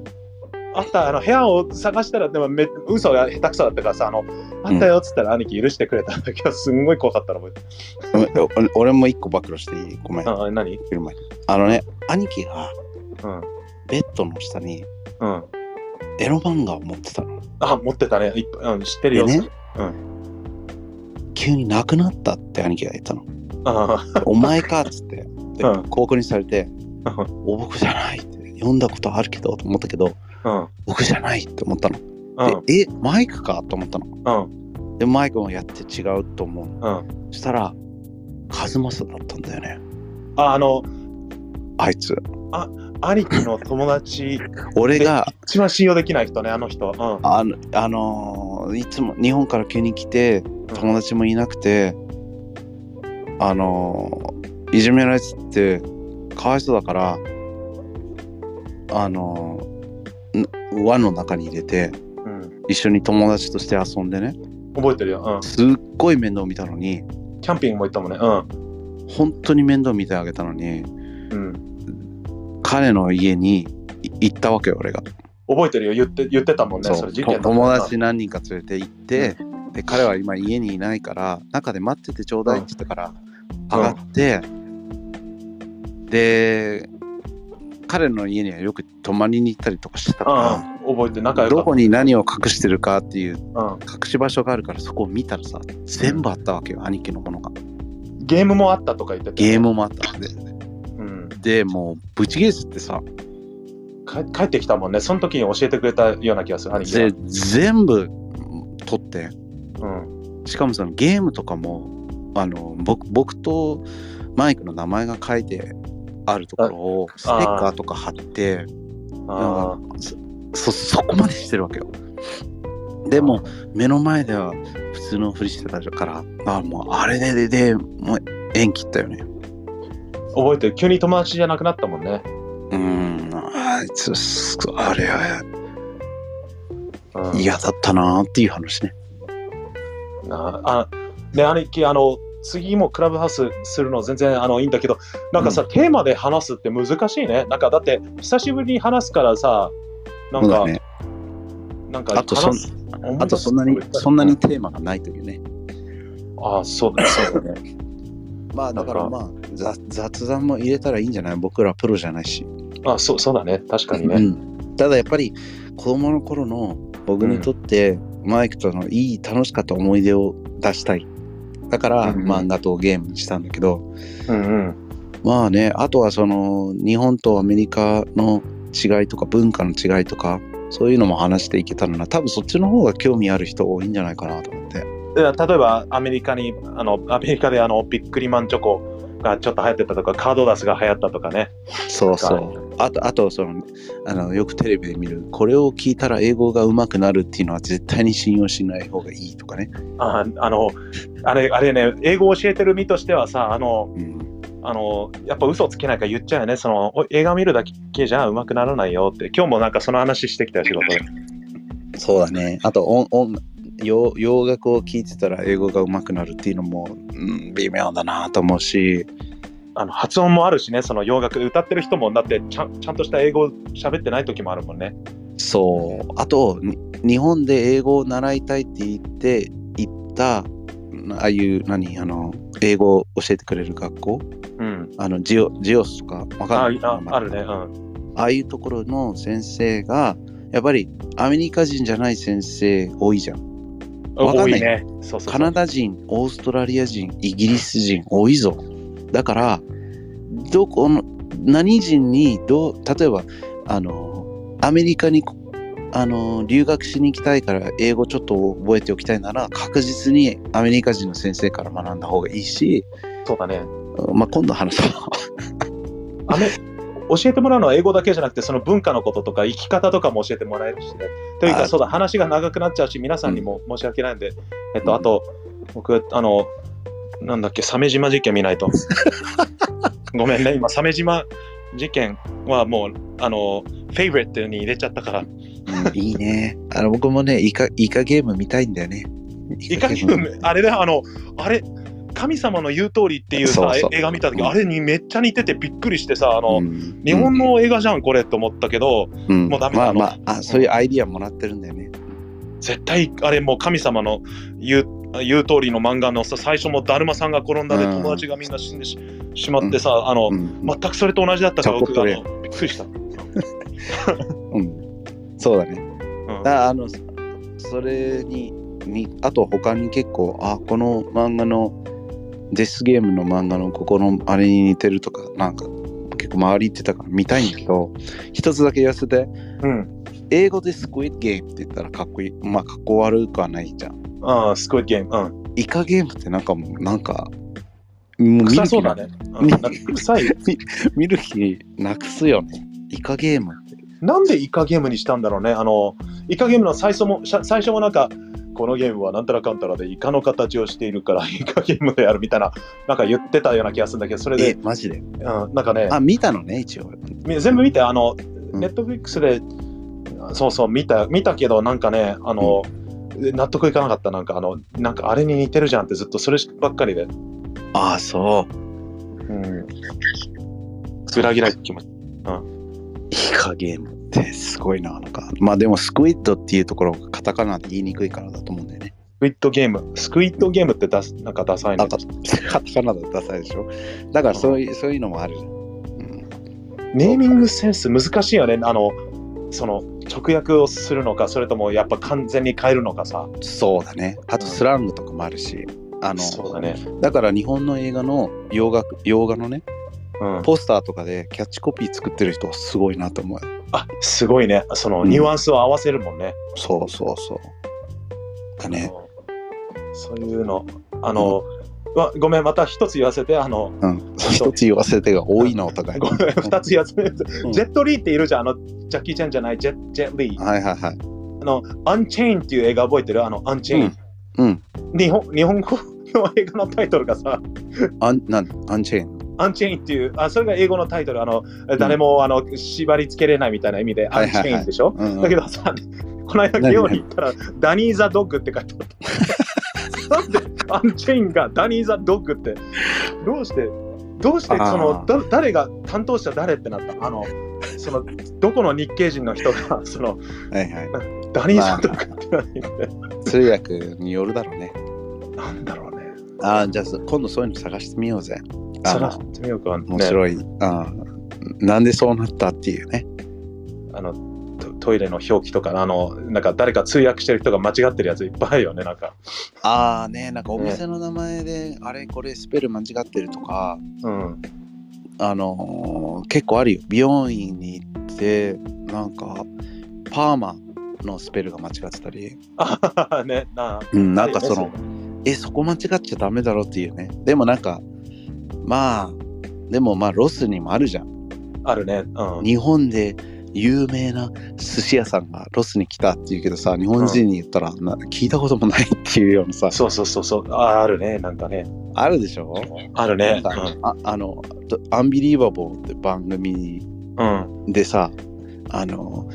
S1: あったあの部屋を探したらでもめ嘘が下手くそだったからさあの「あったよ」っつったら兄貴許してくれたんだけどすんごい怖かったの覚えて
S2: ごめんお俺俺も一個暴露していいごめん。
S1: ああ何
S2: 昼前あのね、兄貴が
S1: うん
S2: ベッドの下に
S1: うん
S2: エロ漫画を持ってたの。
S1: あ持ってたねいっぱいうん知ってる
S2: で
S1: よ、
S2: ね、
S1: う
S2: 急になくなったって兄貴が言ったの。
S1: あ
S2: お前かっつって、で
S1: うん
S2: 広告にされて、
S1: あ
S2: お僕じゃないって、読んだことあるけどと思ったけど、
S1: うん
S2: 僕じゃないって思ったの。
S1: うん
S2: でえ、マイクかと思ったの。
S1: うん
S2: で、マイクもやって違うと思うの。
S1: うん
S2: そしたら、カズマサだったんだよね。
S1: ああの
S2: あいつ。
S1: 兄貴の友達
S2: 俺が、
S1: 一番信用できない人ねあの人うん
S2: あの、あのーいつも日本から急に来て、友達もいなくて、あのいじめられててかわいそうだからあのん輪の中に入れて
S1: うん、
S2: 一緒に友達として遊んでね
S1: 覚えてるよ、う
S2: すっごい面倒見たのに
S1: ん、キャンピングも行ったもんねう
S2: 本当に面倒見てあげたのに
S1: んうん
S2: 彼の家にい行ったわけよ俺が、
S1: 覚えてるよ言って言ってたもんね
S2: そう
S1: それ事件だ
S2: と
S1: った
S2: 友達何人か連れて行って、で彼は今家にいないから中で待っててちょうだいって言ったから、上がって、で彼の家にはよく泊まりに行ったりとかしてたか
S1: うん、覚えて仲
S2: ら、
S1: 良か
S2: ど
S1: った
S2: こに何を隠してるかっていう
S1: うん、
S2: 隠し場所があるからそこを見たらさ全部あったわけよ、兄貴のものが
S1: ゲームもあったとか言ってた
S2: ゲームもあったんで
S1: うん、
S2: でもうブチゲースってさ
S1: か帰ってきたもんねその時に教えてくれたような気がする兄貴
S2: ぜ全部取って
S1: がうん
S2: しかもそのゲームとかもあの僕僕とマイクの名前が書いてあるところをステッカーとか貼って
S1: ああ
S2: そそこまでしてるわけよでも目の前では普通のふりしてたからあもうあれでででもう縁切ったよね
S1: 覚えてる急に友達じゃなくなったもんね、
S2: うーんあいつすあれは
S1: うん、
S2: 嫌だったなっていう話ね
S1: なあね兄貴あの次もクラブハウスするの全然あのいいんだけどなんかさ、テーマで話すって難しいねなんかだって久しぶりに話すからさな
S2: そ
S1: ん
S2: う
S1: か、
S2: だね
S1: なんか
S2: あとそん
S1: 話す思い出す
S2: あとそんなにそんなにテーマがないというね
S1: ああそうだそうだね
S2: まあだからまあざ雑談も入れたらいいんじゃない僕らプロじゃないし
S1: あそうそうだね確かにね、
S2: うん、ただやっぱり子供の頃の僕にとって、マイクとのいい楽しかった思い出を出したいだから、
S1: うん
S2: 漫画とゲームにしたんだけど
S1: うんうん
S2: まあねあとはその日本とアメリカの違いとか文化の違いとかそういうのも話していけたらな多分そっちの方が興味ある人多いんじゃないかなと思って
S1: いや例えばアメリカにあのアメリカであのビックリマンチョコがちょっと流行ってたとかカードダスが流行ったとかね
S2: そうそうあとあとそのあのよくテレビで見るこれを聞いたら英語が上手くなるっていうのは絶対に信用しない方がいいとかね、
S1: ああのあれあれね英語を教えてる身としてはさあの
S2: うん、
S1: あのやっぱ嘘つけないから言っちゃうよねそのお映画見るだけじゃ上手くならないよって今日もなんかその話してきたよ仕事で
S2: そうだね。あと音音洋洋楽を聴いてたら英語が上手くなるっていうのも、うん、微妙だなと思うし、
S1: あの発音もあるしね、その洋楽歌ってる人もだってちゃんちゃんとした英語喋ってない時もあるもんね。
S2: そう。あと、に日本で英語を習いたいって言って行った、うんああいう何あの英語を教えてくれる学校
S1: うん。
S2: あのジオジオスとかわ
S1: あ
S2: かんない
S1: ああるね。う
S2: あ
S1: ん。
S2: あいうところの先生がやっぱりアメリカ人じゃない先生多いじゃんわかんな
S1: 多
S2: い
S1: いね。そうそうそう
S2: カナダ人オーストラリア人イギリス人多いぞだからどこの何人にどう例えばあのアメリカにあの留学しに行きたいから英語ちょっと覚えておきたいなら確実にアメリカ人の先生から学んだ方がいいし、
S1: そうだね。
S2: まあ、今度話そう
S1: あめ教えてもらうのは英語だけじゃなくてその文化のこととか生き方とかも教えてもらえるしね。というか
S2: あ
S1: そうだ話が長くなっちゃうし皆さんにも申し訳ないんで、えっ
S2: うん
S1: とあと僕あのなんだっけ鮫島事件見 ないとごめんね今鮫島事件はもうあのフェイブレットに入れちゃったから
S2: うんいいね。あの僕もねイカ、イカゲーム見たいんだよね。
S1: いかにもあれだあのあれ神様の言う通りっていうさ
S2: そうそう
S1: え映画見た時
S2: うん
S1: あれにめっちゃ似ててびっくりしてさあの、
S2: うん
S1: 日本、の映画じゃんこれと思ったけど、
S2: うん
S1: もうダメ
S2: ま
S1: な
S2: あ
S1: の
S2: まああ、そういうアイディアもらってるんだよね。
S1: 絶対あれもう神様の言う言う通りの漫画のさ最初もだるまさんが転んだで
S2: うん
S1: 友達がみんな死んでし,、まってさあの、
S2: うん
S1: 全くそれと同じだったから
S2: ちょ
S1: 僕
S2: こっ
S1: が
S2: と
S1: あ
S2: ね
S1: のびっくりした、う
S2: うんそうだね。
S1: ん
S2: だあのそそれにに、あと他に結構、あ、この漫画の、デスゲームの漫画のここのあれに似てるとか、なんか結構周り言ってたから見たいんだけど、一つだけ言わせて、
S1: うん
S2: 英語でスクイッドゲームって言ったらかっこいい。まあ、かっこ悪くはないじゃん。
S1: ああスクイッドゲーム、うん、
S2: イカゲームってなんかもうなんかもう見る
S1: 臭
S2: 気
S1: そう
S2: な
S1: だね、うん、なんか臭い
S2: 見る気なくすよねイカゲームって
S1: なんでイカゲームにしたんだろうねあのイカゲームの最初もしゃ最初もなんかこのゲームはなんたらかんたらでイカの形をしているからイカゲームでやるみたいななんか言ってたような気がするんだけどそれ
S2: え
S1: で、
S2: マジで
S1: うん、なんかね
S2: あ見たのね一応
S1: み全部見てあの、
S2: うん
S1: ネットフリックスでそうそう見た見たけどなんかねあの、納得いかなかったなんかあのなんかあれに似てるじゃんってずっとそればっかりで、
S2: ああそう
S1: うん、裏切られてきまし
S2: イカゲームってすごいななんかまあでもスクイッドっていうところがカタカナで言いにくいからだと思うんだよね
S1: スクイットゲームスクイットゲームってだすなんかダサい
S2: なん
S1: ね
S2: かカタカナだとダサいでしょだからそういうそういうのもあるじゃん、うん
S1: ネーミングセンス難しいよねあのその直訳をするのかそれともやっぱ完全に変えるのかさ
S2: そうだねあとスラングとかもあるしあの
S1: そうだね
S2: だから日本の映画の洋楽洋画のね
S1: うん
S2: ポスターとかでキャッチコピー作ってる人はすごいなと思うよ
S1: あすごいねその
S2: うん
S1: ニュアンスを合わせるもんね、
S2: そうそうそう。だね。
S1: そういうの、あの、わごめん、また一つ言わせて、あの、
S2: うん。一つ言わせてが多いな、お互い。
S1: ごめん、二つ言わせて、
S2: うん
S1: ジェットリーっているじゃん、あの、ジャッキー・チェンじゃない、ジェッジェットリー。
S2: はいはいはい。
S1: あの、アンチェインっていう映画覚えてるあの、アンチェイン。
S2: うん。
S1: 日本日本語の映画のタイトルがさ、
S2: アン、なん、アンチェーン。
S1: アンチェインっていう、あそれが英語のタイトル、あの、誰も、あの縛り付けれないみたいな意味で、ア
S2: はい
S1: ンチ
S2: はいは
S1: ェ
S2: い
S1: インでしょ、
S2: うん、
S1: だけどさ、この間、
S2: 何
S1: 寮に行ったら、ダニー・ザ・ドッグって書いてあった。なんで、アンチェインがダニー・ザ・ドッグって、どうして、どうして、
S2: あー
S1: その、だ誰が、担当者誰ってなったあの、その、どこの日系人の人が、 その、
S2: はいはい。
S1: ダニー・ザ・ドッグって何って、
S2: 通訳によるだろうね。
S1: なんだろうね。
S2: ああ、じゃあそ今度そういうの探してみようぜ。あ
S1: そら、
S2: あ
S1: や、ってみようか。ね
S2: 面白い。ああ。なんでそうなったっていうね。
S1: あのトトイレの表記とか、あの、なんか誰か通訳してる人が間違ってるやついっぱいあるよね、なんか。
S2: ああね、なんかお店の名前で、あれこれスペル間違ってるとか、
S1: うん。
S2: あのー結構あるよ。美容院に行って、なんか、パーマのスペルが間違ってたり、
S1: あははね、な
S2: うん、
S1: あ
S2: なんかその、えそこ間違っちゃダメだろっていうねでもなんかまあでもまあロスにもあるじゃん
S1: あるね。うん。
S2: 日本で有名な寿司屋さんがロスに来たっていうけどさ日本人に言ったら、な聞いたこともないっていうようなさ
S1: そうそうそうそうあ、あるね、なんかね。
S2: あるでしょ
S1: あるね。
S2: なんかああのと「アンビリーバボー」って番組
S1: うん。
S2: でさあの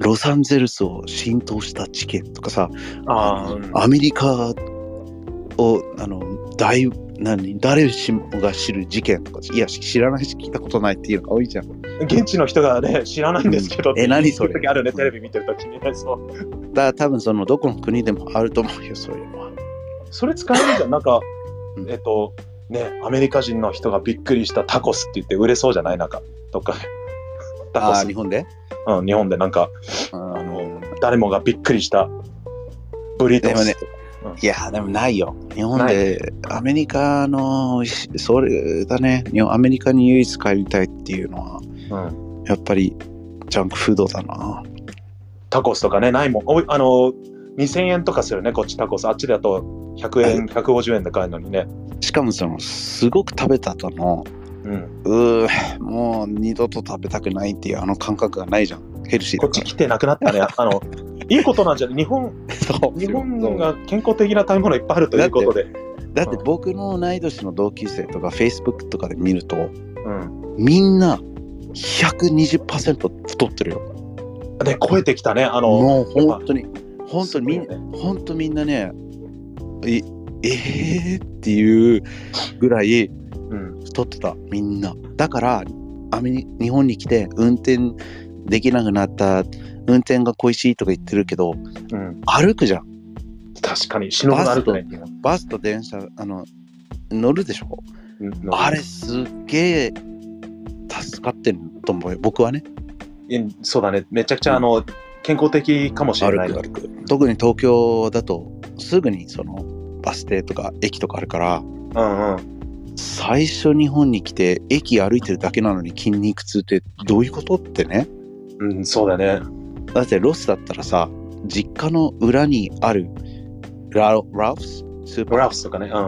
S2: ロサンゼルスを浸透した地形とかさ
S1: ああ、
S2: アメリカをあの大何誰しもが知る事件とかいや知らないし聞いたことないっていうのが多いじゃん
S1: 現地の人がね、知らないんですけど、
S2: うんえ何それ
S1: っていう時あるね、テレビ見てるときにね、そう。
S2: だから多分そのどこの国でもあると思うよそういうのは
S1: それ使えるじゃん、なんか
S2: う、ん
S1: えっと、ね、アメリカ人の人がびっくりしたタコスって言って売れそうじゃないなんか、とか、タコ
S2: ああ
S1: ス、
S2: 日本で
S1: うん、日本でなんか、
S2: あ
S1: あ
S2: の
S1: の、誰もがびっくりしたブリト
S2: でもね
S1: ス。
S2: いやでもないよ日本
S1: な
S2: でアメリカのしそれだね日本アメリカに唯一帰りたいっていうのは
S1: うん
S2: やっぱりジャンクフードだな
S1: タコスとかね、ないもん。おいあの、2000円とかするね、こっちタコス。あっちだと100円、150円で買えるのにね。
S2: しかもそのすごく食べた後の
S1: うん。
S2: うーもう二度と食べたくないっていうあの感覚がないじゃんヘルシー
S1: こ
S2: だ
S1: っち
S2: から
S1: 来てなくな ったね。あの、いいことなんじゃない日本、
S2: そう
S1: 日本が健康的な食べ物いっぱいあるということで。
S2: だって僕の同い年の同級生とか Facebook とかで見ると
S1: うん。
S2: みんな120%太ってるよ
S1: で、超えてきたね。あの、
S2: もう本当に本当にみん
S1: すごいよね
S2: 本当みんなねええー、っていうぐらい
S1: うん。
S2: 太ってたみんなだからアメリ日本に来て運転できなくなった運転が恋しいとか言ってるけど
S1: うん。
S2: 歩くじゃん
S1: 確かに、死ぬほどあるとね。
S2: バスと電車あの乗るでしょ
S1: うん
S2: あれすっげえ助かってると思うよ僕はね
S1: えそうだね。めちゃくちゃ、あの、健康的かもしれない。
S2: 歩く特に東京だとすぐにそのバス停とか駅とかあるから
S1: うんうん。
S2: 最初日本に来て駅歩いてるだけなのに筋肉痛ってどういうことってね
S1: うん、そうだね。
S2: だってロスだったらさ実家の裏にあるララフススーパ
S1: ブ
S2: ー
S1: ラウスとかね。う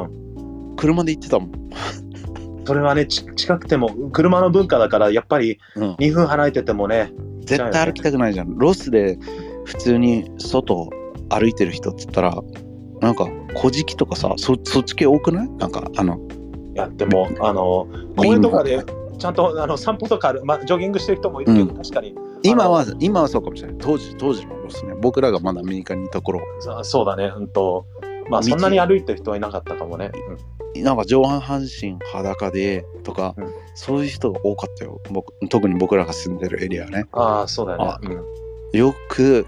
S1: ん。
S2: 車で行ってたもん、
S1: それはね、ち近くても、車の文化だから、やっぱり
S2: うん、
S1: 2分離れててもね、
S2: 絶対歩きたくないじゃんロスで普通に外歩いてる人っつったらなんか「古事記」とかさそそっち系多くないなんかあの
S1: やっても、あの、公園とかで、ちゃんとあの散歩とかある、まあ、ジョギングしてる人もいるけど、
S2: う
S1: 確かに
S2: 今は今はそうかもしれない当時当時のロスね僕らがまだアメリカにいた頃
S1: そ、そうだね、うんと、まあ、
S2: 道
S1: そんなに歩いてる人はいなかったかもね。
S2: なんか上半身裸でとか、
S1: うん
S2: そういう人が多かったよ僕特に僕らが住んでるエリアね
S1: ああ、そうだよ
S2: あ
S1: ね。うん
S2: よく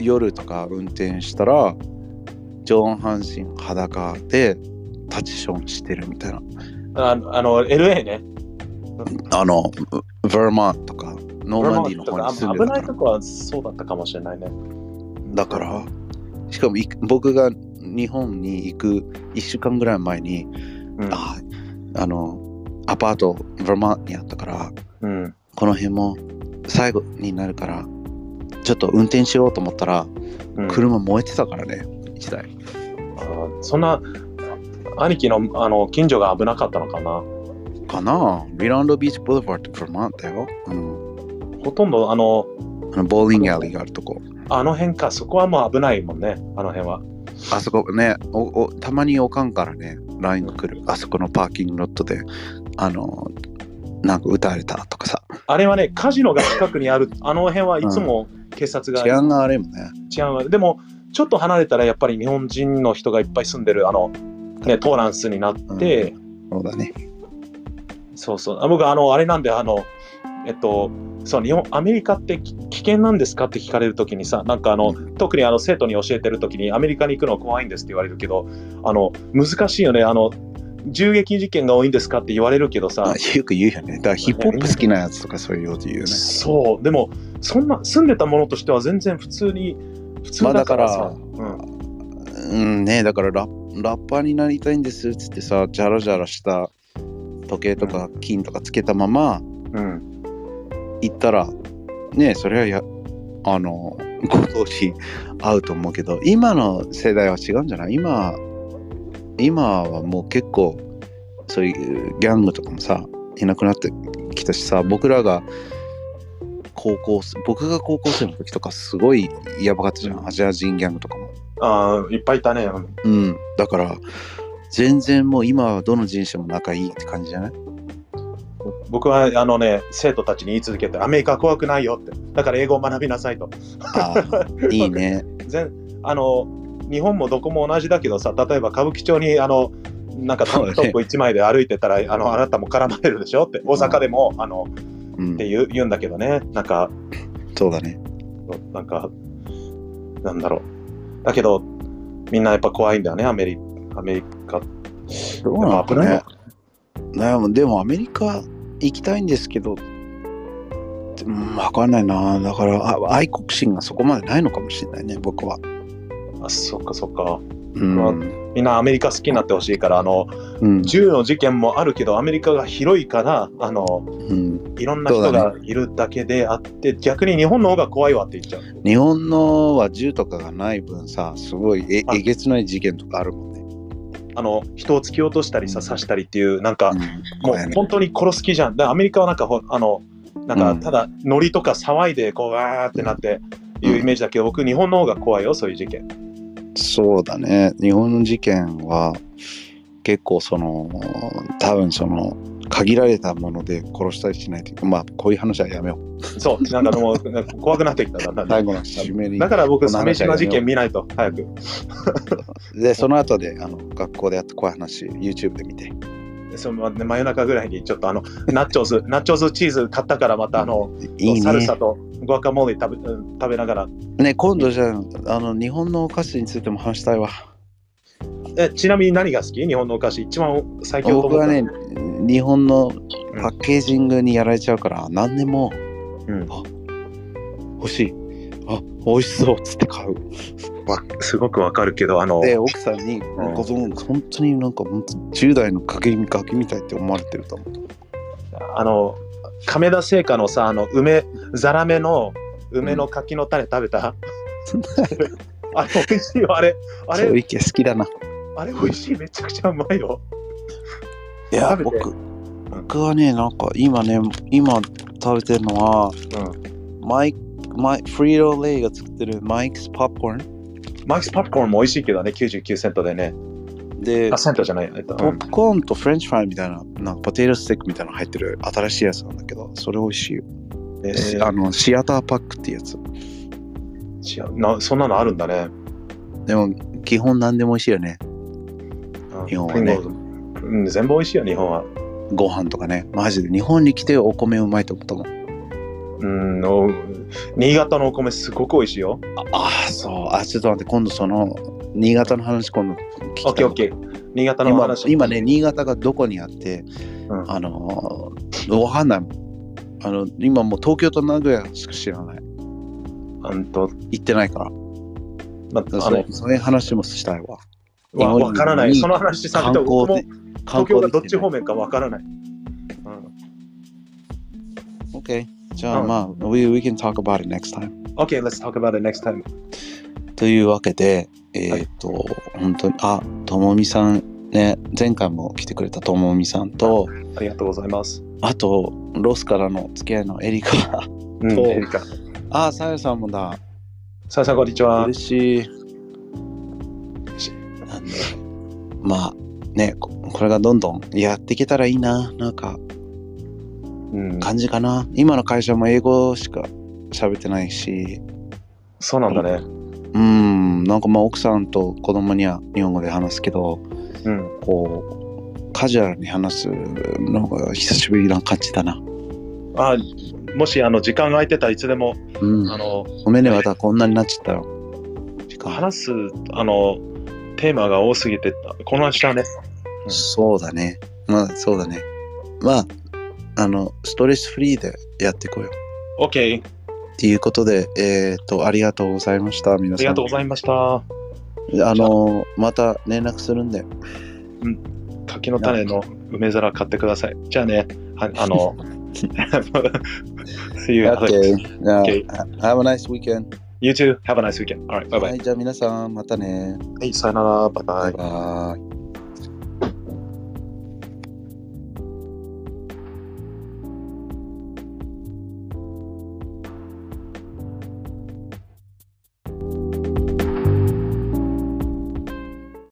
S2: 夜とか運転したら上半身裸でタチションしてるみたいな
S1: あの、あの LA ね、
S2: あのヴェルマントとかノーマンディーの
S1: ブ
S2: 方
S1: ラ
S2: に
S1: マンとか
S2: 住ん
S1: 危
S2: で
S1: な
S2: た
S1: い
S2: か
S1: とこはそうだったかもしれないね。
S2: らだからしかもい僕が日本に行く1週間ぐらい前に
S1: うん
S2: ああのアパートヴェルマントにあったから
S1: うん、
S2: この辺も最後になるからちょっと運転しようと思ったら
S1: うん
S2: 車燃えてたからね、一台
S1: あーそんな兄貴のあの近所が危なかったのかな
S2: かなリランドビーチブルバーってフロマンだよあの
S1: ほとんどあの
S2: あのボーリングアリーがあるとこ
S1: あの辺かそこはもう危ないもんねあの辺は
S2: あそこねおおたまにおかんからね LINE が来るあそこのパーキングロットであのなんか撃たれたとかさ
S1: あれはねカジノが近くにあるあの辺はいつも警察が、
S2: 治安が悪いもんね
S1: 治安はでもちょっと離れたらやっぱり日本人の人がいっぱい住んでるあの、ね、トーランスになって、
S2: そうだね
S1: そうそうあ僕あのあれなんであのえっとそう日本アメリカってき危険なんですかって聞かれるときにさなんかあの、
S2: う
S1: 特にあの生徒に教えてるときにアメリカに行くの怖いんですって言われるけどあの難しいよねあの銃撃事件が多いんですかって言われるけどさ、
S2: あよく言うよねだからヒップホップ好きなやつとかそういうよう言うよね
S1: そうでもそんな住んでたものとしては全然普通に普通だからさ、
S2: まあ
S1: う
S2: だ
S1: ん
S2: うんねだからララッパーになりたいんですっつってさジャラジャラした時計とか金とかつけたまま
S1: うん、
S2: 行ったらねそれはやあのご当地合うと思うけど今の世代は違うんじゃない今今はもう結構そういうギャングとかもさいなくなってきたしさ僕らが高校生僕が高校生の時とかすごいやばかったじゃんアジア人ギャングとかも。
S1: あーいっぱいいたね、うん
S2: うん、 だから全然もう今はどの人種も仲いいって感じじゃない
S1: 僕はあのね生徒たちに言い続けてアメリカ怖くないよってだから英語を学びなさいと
S2: あーいいね。
S1: 全あの日本もどこも同じだけどさ例えば歌舞伎町にあのなんかタンクトップ1枚で歩いてたら、あのあなたも絡まれるでしょって大阪でも、あの
S2: う
S1: っ
S2: ん
S1: て、言う言うんだけどねなんか
S2: そうだね。
S1: なんかなんだろうだけどみんなやっぱ怖いんだよねアメリアメリカ
S2: どうなん
S1: でも危
S2: か
S1: ない
S2: ね。でも、でもアメリカ行きたいんですけど、うん、わかんないな。だから、あ愛国心がそこまでないのかもしれないね、僕は。
S1: あそっかそっか
S2: うん。
S1: みんなアメリカ好きになってほしいからあの
S2: うん。
S1: 銃の事件もあるけどアメリカが広いからあの
S2: うん
S1: いろんな人がいるだけであって、逆に日本の方が怖いわって言っちゃう。
S2: 日本のは銃とかがない分さ、すごいえ
S1: あ
S2: えげつない事件とかあるもんね。
S1: あの人を突き落としたりさ
S2: うん
S1: 刺したりっていうなんか、
S2: うん
S1: も
S2: 怖いうね
S1: 本当に殺す気じゃん。だからアメリカはなんかほあのなん
S2: う
S1: か
S2: ん
S1: ただノリとか騒いでこうわーってなっていうイメージだけど、僕日本の方が怖いよそういう事件。
S2: そうだね日本の事件は結構その多分その限られたもので殺したりしないというかまあこういう話はやめよう
S1: そうなんかもうなんか怖くなってきた だんだん
S2: 最後の締めに
S1: だから僕
S2: この
S1: サメ
S2: 話
S1: シ
S2: は
S1: の
S2: やめ
S1: 事
S2: よう
S1: 件見ないと早く。
S2: でその後であの学校でやった怖い話 YouTube で見て
S1: その真夜中ぐらいにちょっとあのナッチョーズナッチョーズチーズ買ったからまたあの。
S2: いい
S1: サル
S2: ね
S1: サとグアカモーレ食べうん食べながら
S2: ね今度じゃああの日本のお菓子についても話したいわ
S1: えちなみに何が好き日本のお菓子一番最強と思
S2: 僕
S1: った
S2: はね日本
S1: う
S2: の
S1: ん
S2: パッケージングにやられちゃうから何でも
S1: うん
S2: 欲しいあ美味しそうっつって買う
S1: すごくわかるけどあの
S2: で奥さんに
S1: ん
S2: ご存本当になんか本当10代のガキガキみたいって思われてると思う
S1: あの亀田製菓のさあの梅ザラメの梅の柿の種食べ た、あれ美味しいよあれあ
S2: そういう
S1: れ
S2: 意見好きだな
S1: あれ美味しいめちゃくちゃうまいよ
S2: いや
S1: 食べて
S2: 僕僕はねなんか今ね今食べてるのは、マイクマイフリーローレイが作ってるマイクスパップコーン
S1: マックスパプコーンも美味しいけどね99セントでね
S2: で
S1: あセントじゃない、えっと
S2: ポップコーンとフレンチフライみたいななんかポテトスティックみたいなの入ってる新しいやつなんだけどそれ美味しいよ、
S1: えー
S2: あのシアターパックってやつ
S1: 違うなそんなのあるんだね
S2: でも基本何でも美味しいよね
S1: うん
S2: 日本はね
S1: プリンゴールうん全部美味しいよ日本は
S2: ご飯とかねマジで日本に来てお米うまいと思ったもん
S1: うんお新潟のお米すごく美味しいよ。
S2: ああ、そう。あ、ちょっと待って、今度その、新潟の話、今度聞き
S1: オッ
S2: た
S1: ケ
S2: い
S1: ーオッケー。新潟の
S2: 今
S1: 話。
S2: 今ね、新潟がどこにあって、
S1: うん
S2: あのー、わかんないもん。あの、今もう東京と名古屋しか知らない。
S1: うんと、
S2: 行ってないから。
S1: まあ
S2: そ
S1: の
S2: れそういう話もしたいわ。
S1: わわからない。
S2: 日
S1: そ
S2: 本に
S1: の話され
S2: 観
S1: て
S2: 光
S1: も、僕も
S2: で。
S1: 東京がどっち方
S2: 面
S1: 面かわからない。うん、
S2: ?OK。じゃあ、
S1: うん
S2: まあ、we, we can talk about it next time.
S1: OK, let's talk about it next time.
S2: というわけで、えっ、と、本当に、あ、ともみさん、ね、前回も来てくれたともみさんと、
S1: ありがとうございます。
S2: あと、ロスからの付き合いのエリカ。
S1: うん、
S2: そう
S1: エリカ。
S2: ああ、さゆさんもだ。
S1: さやさん、こんにちは。
S2: 嬉しい。なんで、まあ、ね、ここれがどんどんやっていけたらいいな、なんか
S1: うん、
S2: 感じかな。今の会社も英語しか喋ってないし、
S1: そうなんだね。
S2: うん、なんかまあ奥さんと子供には日本語で話すけど、
S1: うん、
S2: こう、カジュアルに話すのが久しぶりな感じだな。
S1: あもしあの時間が空いてたらいつでも、
S2: うん
S1: あ、の
S2: ごめんね、またこんなになっちゃったよ。時間
S1: 話すあのテーマが多すぎて、この話だね。うん
S2: そうだね。まあ、そうだね。まあ、あの、ストレスフリーでやっていこうよ。
S1: OK、
S2: ということで、えっ、と、ありがとうございました、皆
S1: あ
S2: さ
S1: り
S2: ん。
S1: がとうございました。
S2: あの、また連絡するんで。
S1: 柿の種の梅皿買ってください。じゃあね、はあの、See you.
S2: Okay.
S1: Okay.
S2: Have a nice weekend.
S1: You too. Have a nice weekend. Alright, bye bye.
S2: はい、じゃあ皆さん、またね。
S1: はい、さよなら。バイバイ
S2: バイ。